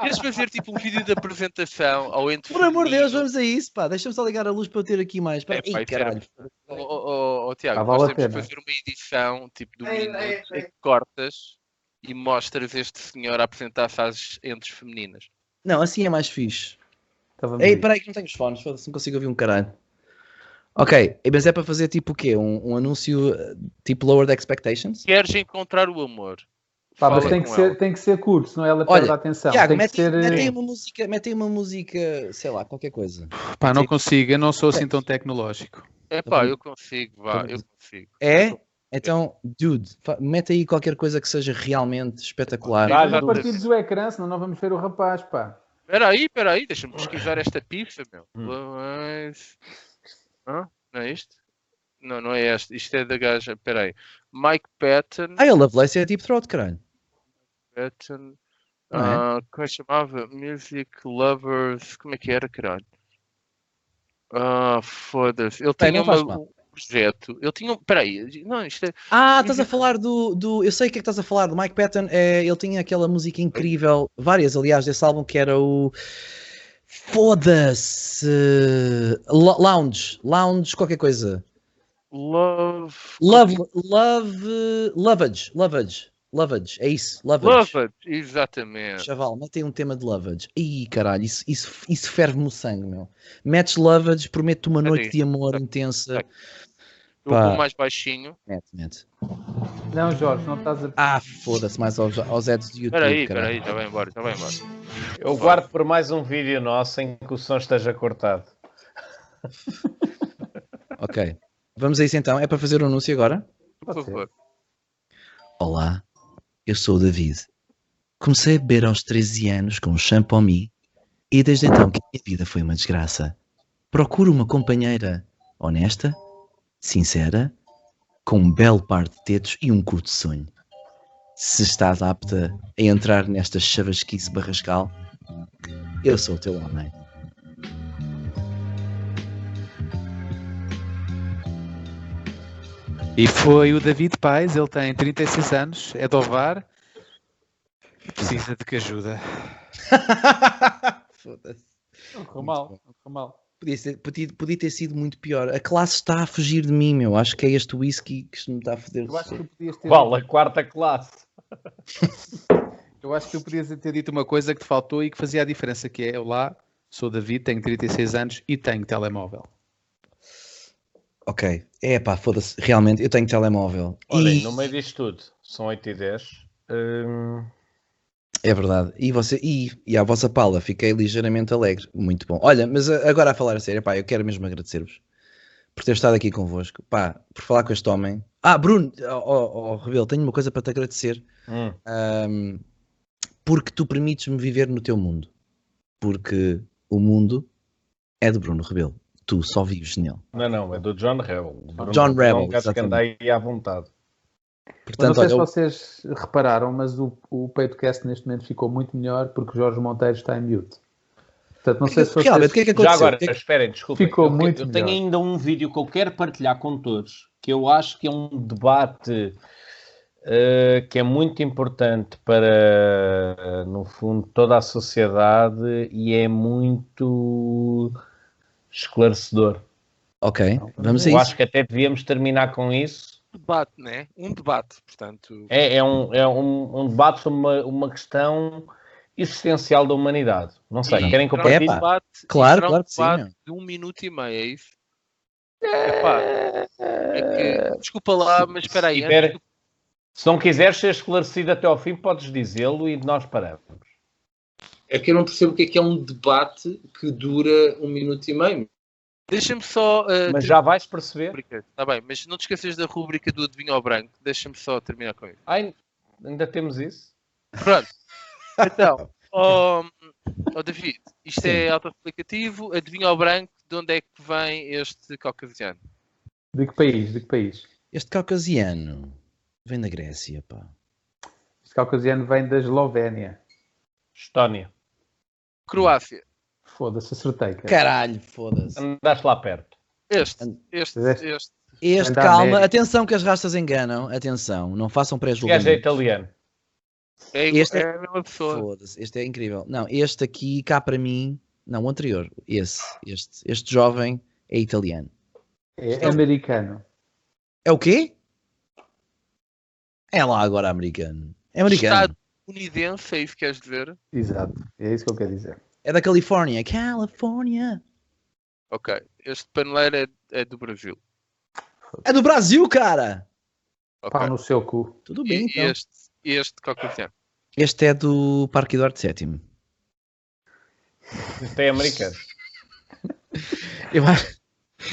Queres fazer, tipo, um vídeo de apresentação ao ente
Por amor de Deus,
feminino?
vamos a isso, pá. Deixa-me só ligar a luz para eu ter aqui mais. Pá.
É,
Ih,
pá, isso era
caralho.
Ó oh, Tiago,
Ah, vale
nós
a
temos que
pena.
fazer uma edição tipo do minuto em que cortas e mostras este senhor a apresentar fases entes femininas.
Não, assim é mais fixe.
Então vamos
Ei,
a
peraí que não tenho os fones, foda-se, não consigo ouvir um caralho. Ok, mas é para fazer tipo o quê? Um, um anúncio eh, tipo Lowered Expectations?
Queres encontrar o amor?
isso. Pá, mas
Fala
tem que,
com
ser,
ela.
tem que ser curto, senão ela
Olha,
perde a atenção.
Tiago,
Então, tem que
mete,
ser... eh,
mete aí uma música, mete aí uma música, sei lá, qualquer coisa.
Pá, não
Sim.
consigo, eu não sou assim tão tecnológico.
É
Tá
pá,
bem.
eu consigo, vá, eu consigo.
É? Então, dude, fa- mete aí qualquer coisa que seja realmente espetacular.
Ah, já
Não partilhes o ecrã, senão não vamos ver o rapaz, pá.
Espera aí, espera aí, deixa-me pesquisar esta pista, meu.
Hum.
Mas- Hã? Não é isto? Não, não é este. Isto é da gaja. Espera aí. Mike Patton.
Ah, eu Lovelace é Deep Throat, caralho.
Patton.
Não é?
Ah, como é que chamava? Music Lovers. Como é que era, caralho? Ah, foda-se. Ele
Bem,
tinha
não faz
uma. um projeto. Ele tinha um. Peraí, não, isto é.
Ah, estás a falar do, do. Eu sei o que é que estás a falar do Mike Patton. É, ele tinha aquela música incrível, várias, aliás, desse álbum que era o. Foda-se! Lo- Lounge. Lounge, qualquer coisa.
Love.
Love. Love. Lovage. Lovage. Lovage. É isso. Lovage.
Love it, exatamente.
Chaval, metem um tema de Lovage. Ih, caralho, isso, isso, isso ferve-me o sangue, meu. Metes Lovage, prometo-te uma
Peraí.
noite de amor intensa.
Eu
Pá.
vou mais baixinho.
Mete, mete.
Não, Jorge, não estás a.
Ah, foda-se, mais aos, aos ads do YouTube.
Peraí,
caralho.
peraí, já vai embora, já vai embora.
Eu guardo por mais um vídeo nosso em que o som esteja cortado.
Ok. Vamos a isso então. É para fazer o anúncio agora?
Por favor.
Olá, eu sou o David. Comecei a beber aos 13 anos com um champomi e desde então que a minha vida foi uma desgraça. Procuro uma companheira honesta, sincera, com um belo par de tetos e um curto sonho. Se estás apta a entrar nesta chavasquice barrascal, eu sou o teu homem.
E foi o David Paes, ele tem 36 anos, é de Ovar, precisa de que ajuda.
Foda-se.
Não correu mal, não correu mal.
Podia, ser- podia- podia ter sido muito pior. A classe está a fugir de mim, meu. Acho que é este whisky que me está a foder.
Eu acho que tu podias ter.
Vale, a quarta classe.
Eu acho que tu podias ter dito uma coisa que te faltou e que fazia a diferença, que é eu lá sou o David, tenho 36 anos e tenho telemóvel.
Ok. É pá, foda-se. Realmente, eu tenho telemóvel.
Olhem,
E-
no meio disto tudo, são 8 e hum, 10.
É verdade. E, você... e, e à vossa pala, fiquei ligeiramente alegre. Muito bom. Olha, mas a- agora a falar a sério, pá, eu quero mesmo agradecer-vos por ter estado aqui convosco. Pá, por falar com este homem. Ah, Bruno, oh, oh, oh, Rebelo, tenho uma coisa para te agradecer.
Hum.
Ahm, porque tu permites-me viver no teu mundo. Porque o mundo é de Bruno Rebelo. Tu só vives nele.
Não, não, é do John Rebel. Bruno,
John Rebel,
Não quero cantar aí à vontade.
Mas não
Portanto,
sei
olha,
se
eu-
vocês repararam, mas o, o Peitocast neste momento ficou muito melhor porque o Jorge Monteiro está em mute. Portanto, não sei se vocês.
realmente, o que é que
Já
aconteceu?
agora,
O que é que-
esperem, desculpem.
Ficou
eu,
muito
Eu tenho
melhor.
ainda um vídeo que eu quero partilhar com todos, que eu acho que é um debate eh, que é muito importante para, eh, no fundo, toda a sociedade e é muito esclarecedor.
Ok, vamos a
eu
isso.
acho que até devíamos terminar com isso.
Debate, né? Um debate, portanto.
É, é um, é um, um debate sobre uma, uma questão existencial da humanidade. Não sei,
Sim.
querem
Será um
compartilhar?
Epá.
debate,
Claro,
será um
claro que sim,
debate
meu.
de um minuto e meio, é isso? Epá, é que- desculpa lá, mas espera aí.
se tiver-
antes do-
Se não quiseres ser esclarecido até ao fim, podes dizê-lo e nós paramos.
É que eu não percebo o que é que é um debate que dura um minuto e meio.
Deixa-me só. eh,
Mas já vais perceber.
rubrica. Tá bem, mas não te esqueças da rubrica do Adivinho ao Branco. Deixa-me só terminar com isso.
Ai, ainda temos isso?
Pronto. Então, ó ó David, isto é auto-explicativo. Adivinho ao Branco, de onde é que vem este caucasiano?
De que país? De que país?
Este caucasiano vem da Grécia, pá.
Este caucasiano vem da Eslovénia.
Estónia.
Croácia.
Foda-se, acertei. cara.
Caralho, foda-se.
Andaste lá perto.
Este, este, este.
Este,
Vem da
calma,
América.
atenção que as rastas enganam, atenção, não façam
O gajo é
pré-julgamento.
italiano.
É, igual-
Este é-
é a mesma pessoa.
Foda-se, este é incrível. Não, este aqui, cá para mim, não, o anterior, esse, este, este jovem é italiano.
É americano.
É o quê? É lá agora americano. É americano.
Estadunidense, é isso que queres dizer?
Exato. É isso que eu quero dizer.
É da Califórnia. Califórnia.
Ok. Este paneleiro é, é do Brasil.
É do Brasil, cara.
Ok.
Pau no seu cu.
Tudo
E
bem, então.
este, e este caucasiano.
Este é do Parque Eduardo VII.
Isto é americano.
Eu acho...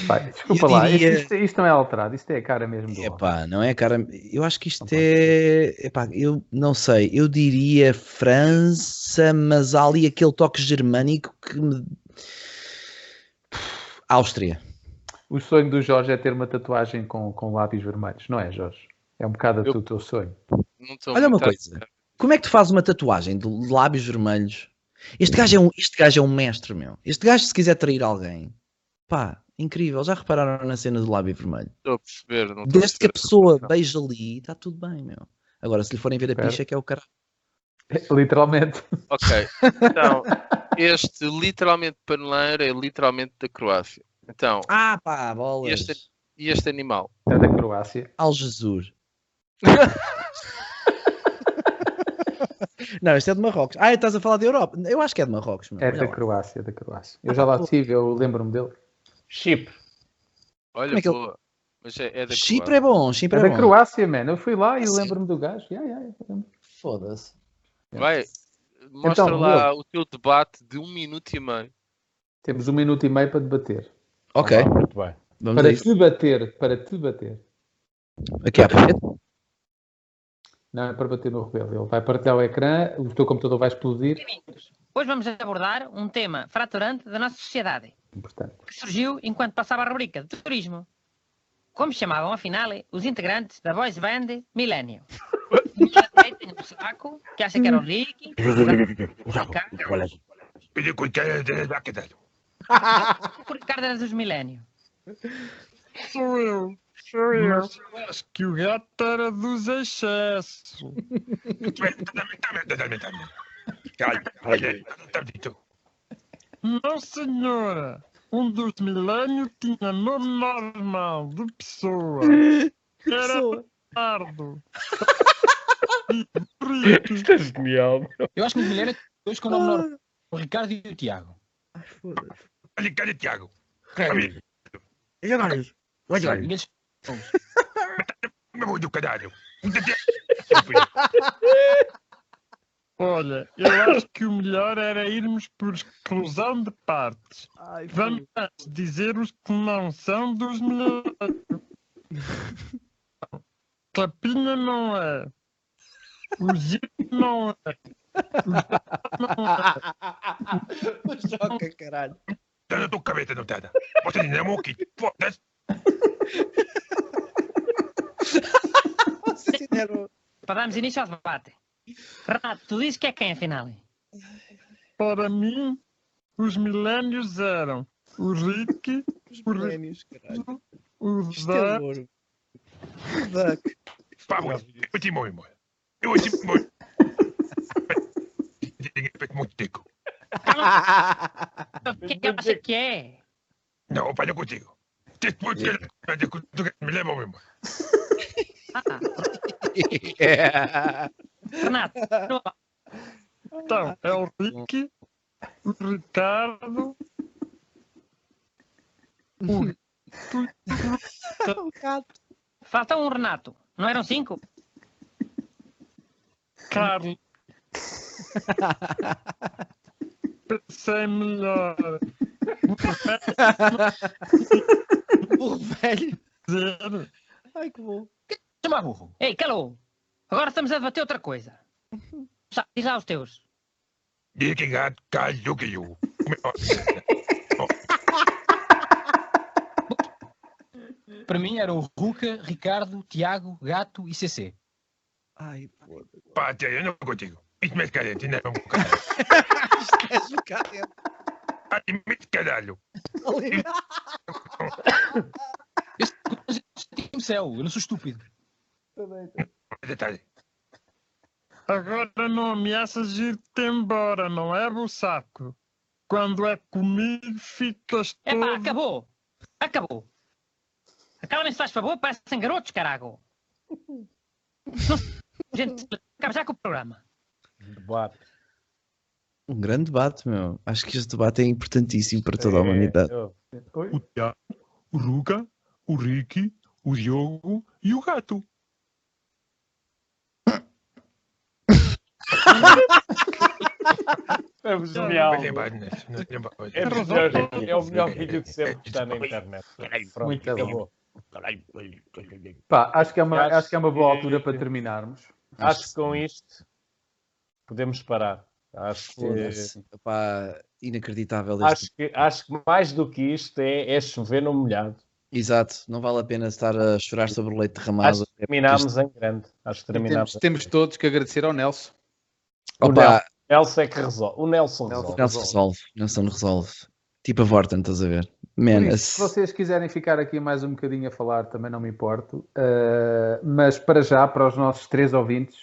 Vai, desculpa lá.
diria-
Isto, isto- isto não é alterado. Isto é a cara mesmo do homem.
Epá, não é, cara? Eu acho que isto é. Epá, eu não sei. Eu diria França, mas há ali aquele toque germânico que me. Áustria.
O sonho do Jorge é ter uma tatuagem com, com lápis vermelhos, não é, Jorge? É um bocado
Eu-
o teu sonho.
Não estou
Olha uma
muito a-
coisa. Como é que tu fazes uma tatuagem de lábios vermelhos? Este gajo é um, este gajo é um mestre, meu. Este gajo, se quiser trair alguém, pá, Incrível, já repararam na cena do lábio vermelho?
Estou a perceber. Não estou
Desde que a
perceber
pessoa
comparação.
beija ali, está tudo bem, meu. Agora, se lhe forem ver a
Espera.
picha, que é o cara.
Literalmente.
Ok, então, este literalmente paneleiro é literalmente da Croácia. Então,
Ah, pá, bolas.
Este- e este animal?
É da Croácia.
Al Jesus. Não, este é de Marrocos. Ah, estás a falar de Europa? Eu acho que é de Marrocos, meu.
É
Olha
da
lá.
Croácia, é da Croácia. Eu já lá estive, eu lembro-me dele.
Chip.
Olha,
Como é que ele-
boa. Mas é, é da
Chipre é bom, Chipre
É
é,
da
bom.
Croácia, mano. Eu fui lá e
É sério?
lembro-me do gajo. Yeah, yeah, eu lembro.
Foda-se.
Vai, mostra
Então,
lá o teu debate de um minuto e meio.
Temos um minuto e meio para debater.
Ok,
Ah, muito bem.
vamos a
Para
isso.
te bater, para te bater.
Aqui à parede.
Não, é para bater no rebelo. Ele vai partilhar o ecrã, o teu computador vai explodir.
Hoje vamos abordar um tema fraturante da nossa sociedade,
Importante.
que surgiu enquanto passava a rubrica de turismo. Como chamavam, afinal, os integrantes da voz band Millennium. Tinha a direita tinha um saco, que acha que era o Ricky, é? o Ricardo era dos Millennium.
Não, senhora. Um dos milênios tinha nome normal de pessoa. Era Ricardo. Rico.
Isto é genial.
Eu acho que os milênios têm dois com o nome normal. O Ricardo e o Tiago. E eles-
Olha, eu acho que o melhor era irmos por exclusão de partes. Vamos antes dizer os que não são dos milênios. Clapinha não é. O Gil não é.
Joca, caralho. Vocês fizeram-
Para darmos início ao debate. Renato, tu dizes que é quem, afinal?
Para mim, os milênios eram o Rick, o Ricardo, o
Isto é
Zé,
amor. Duck.
O que é que acha que é? Ah, Renato, não
então, é o Rick, o Ricardo, o Rito
Falta um Renato, não eram cinco?
Carlos. Pensei melhor.
Burro velho.
Dizer,
Ai, que bom.
Chama burro.
Ei, calou! Agora estamos a debater outra coisa. Sa- Diz lá os teus.
Para mim era o Ruca, Ricardo, Tiago, Gato e CC.
Ai, foda.
Time céu, eu não sou estúpido.
agora não ameaças ir-te embora, não é, Bussaco? Quando é comigo, ficas todo...
Epá, acabou! Acabou! Acalmem-se, se faz favor, parecem garotos, carago! Não- Gente, acaba já com o programa.
Debate.
Um grande debate, meu. Acho que este debate é importantíssimo para toda a humanidade.
É, eu-
o Tiago, o Ruca, o Ricky, o Diogo e o Gato.
É genial. É, o melhor, é o melhor vídeo de sempre que está na internet. Pronto,
Muito
acabou.
Pá, acho que é uma,
Acho
acho que é uma boa
que-
altura para terminarmos.
Acho que com isto podemos parar. Acho que,
Foda-se. Epá, inacreditável. este-
acho, que, acho que mais do que isto é, é chover no molhado.
É
Exato, não vale a pena estar a chorar sobre o leite derramado.
Acho que terminámos em grande. Acho que terminámos.
Temos, temos todos que agradecer ao Nelson.
Opa,
O Nelson é que resolve. O Nelson
Nelson.
resolve.
Nelson resolve. Nelson resolve. Tipo a Vorten, estás a ver? Man,
Por isso, se vocês quiserem ficar aqui mais um bocadinho a falar, também não me importo. Uh, mas para já, para os nossos três ouvintes,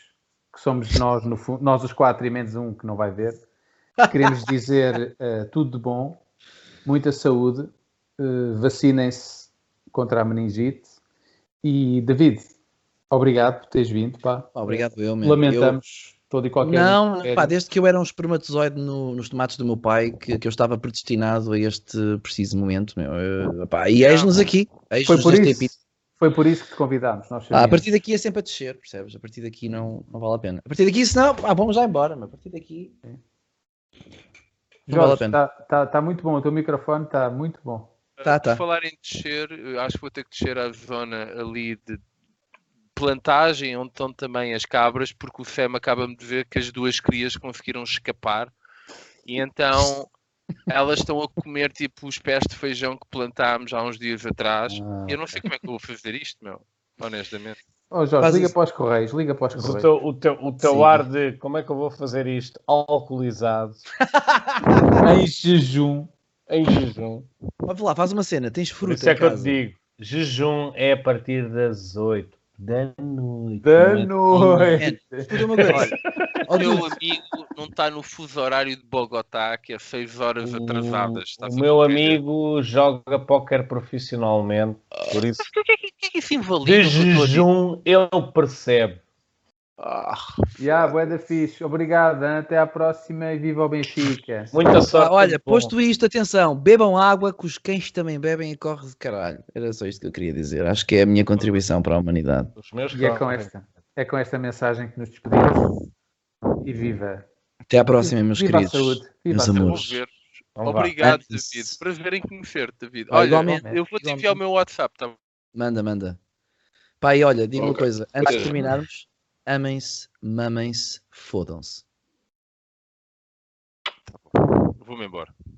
que somos nós, no fundo, nós os quatro e menos um que não vai ver, queremos dizer uh, tudo de bom, muita saúde, uh, vacinem-se contra a meningite. E David, obrigado por teres vindo. Pá.
Obrigado eu, man.
Lamentamos todo e qualquer.
Não,
mistério.
pá, desde que eu era um espermatozoide no- nos tomates do meu pai, que, que eu estava predestinado a este preciso momento, meu. Eu, pá, e eis-nos aqui. Eis
Foi por, isso, foi por isso que te convidámos. Nós
Ah, a
sabíamos.
partir daqui é sempre a descer, percebes? A partir daqui não, não vale a pena. A partir daqui, senão, ah, vamos já embora, mas a partir daqui. é. Não vale a
Jorge,
pena.
está muito bom. O teu microfone está muito bom.
Tá,
Por falar em descer, eu acho que vou ter que descer à zona ali de plantagem, onde estão também as cabras, porque o SEM acaba-me de ver que as duas crias conseguiram escapar e então elas estão a comer tipo os pés de feijão que plantámos há uns dias atrás.
Ah,
eu não sei como é que eu vou fazer isto, meu, honestamente.
Oh, Jorge,
Faz
liga
isso.
para os Correios, liga para os
Mas o
Correios.
teu, o teu, o teu
Sim.
ar de como é que eu vou fazer isto alcoolizado
em jejum.
Em jejum.
Mas vá lá, faz uma cena, tens
Por
fruta.
isso é
em
que eu te
casa.
digo: jejum é a partir das 8 da noite.
Da
noite.
é Olha,
O meu amigo não está no fuso horário de Bogotá, que é 6 horas atrasadas. tá
O meu amigo joga póquer profissionalmente, por isso
O que é que, o que é que isso
de
invalida? o que eu estou a dizer?
jejum ele percebe.
Já, boa da fixe. Obrigado, hein? até à próxima e viva o Benfica.
Ah, Olha, posto isto, atenção, bebam água que os cães também bebem e corre de caralho. Era só isto que eu queria dizer. Acho que é a minha contribuição para a humanidade.
E é com esta, é com esta mensagem que nos despedimos. E viva.
Até à próxima, meus
Viva a
queridos.
saúde, viva
meus
a saúde.
amores.
Vou ver.
Então vá.
Obrigado,
Antes-
David. Prazer em conhecer, David.
Ah,
Olha,
igualmente.
eu vou te enviar o meu WhatsApp, tá? bom?
Manda, manda. Pai, olha, digo uma
Ok.
coisa. Antes de
Ok.
terminarmos, amem-se, mamem-se, fodam-se.
Vou-me embora.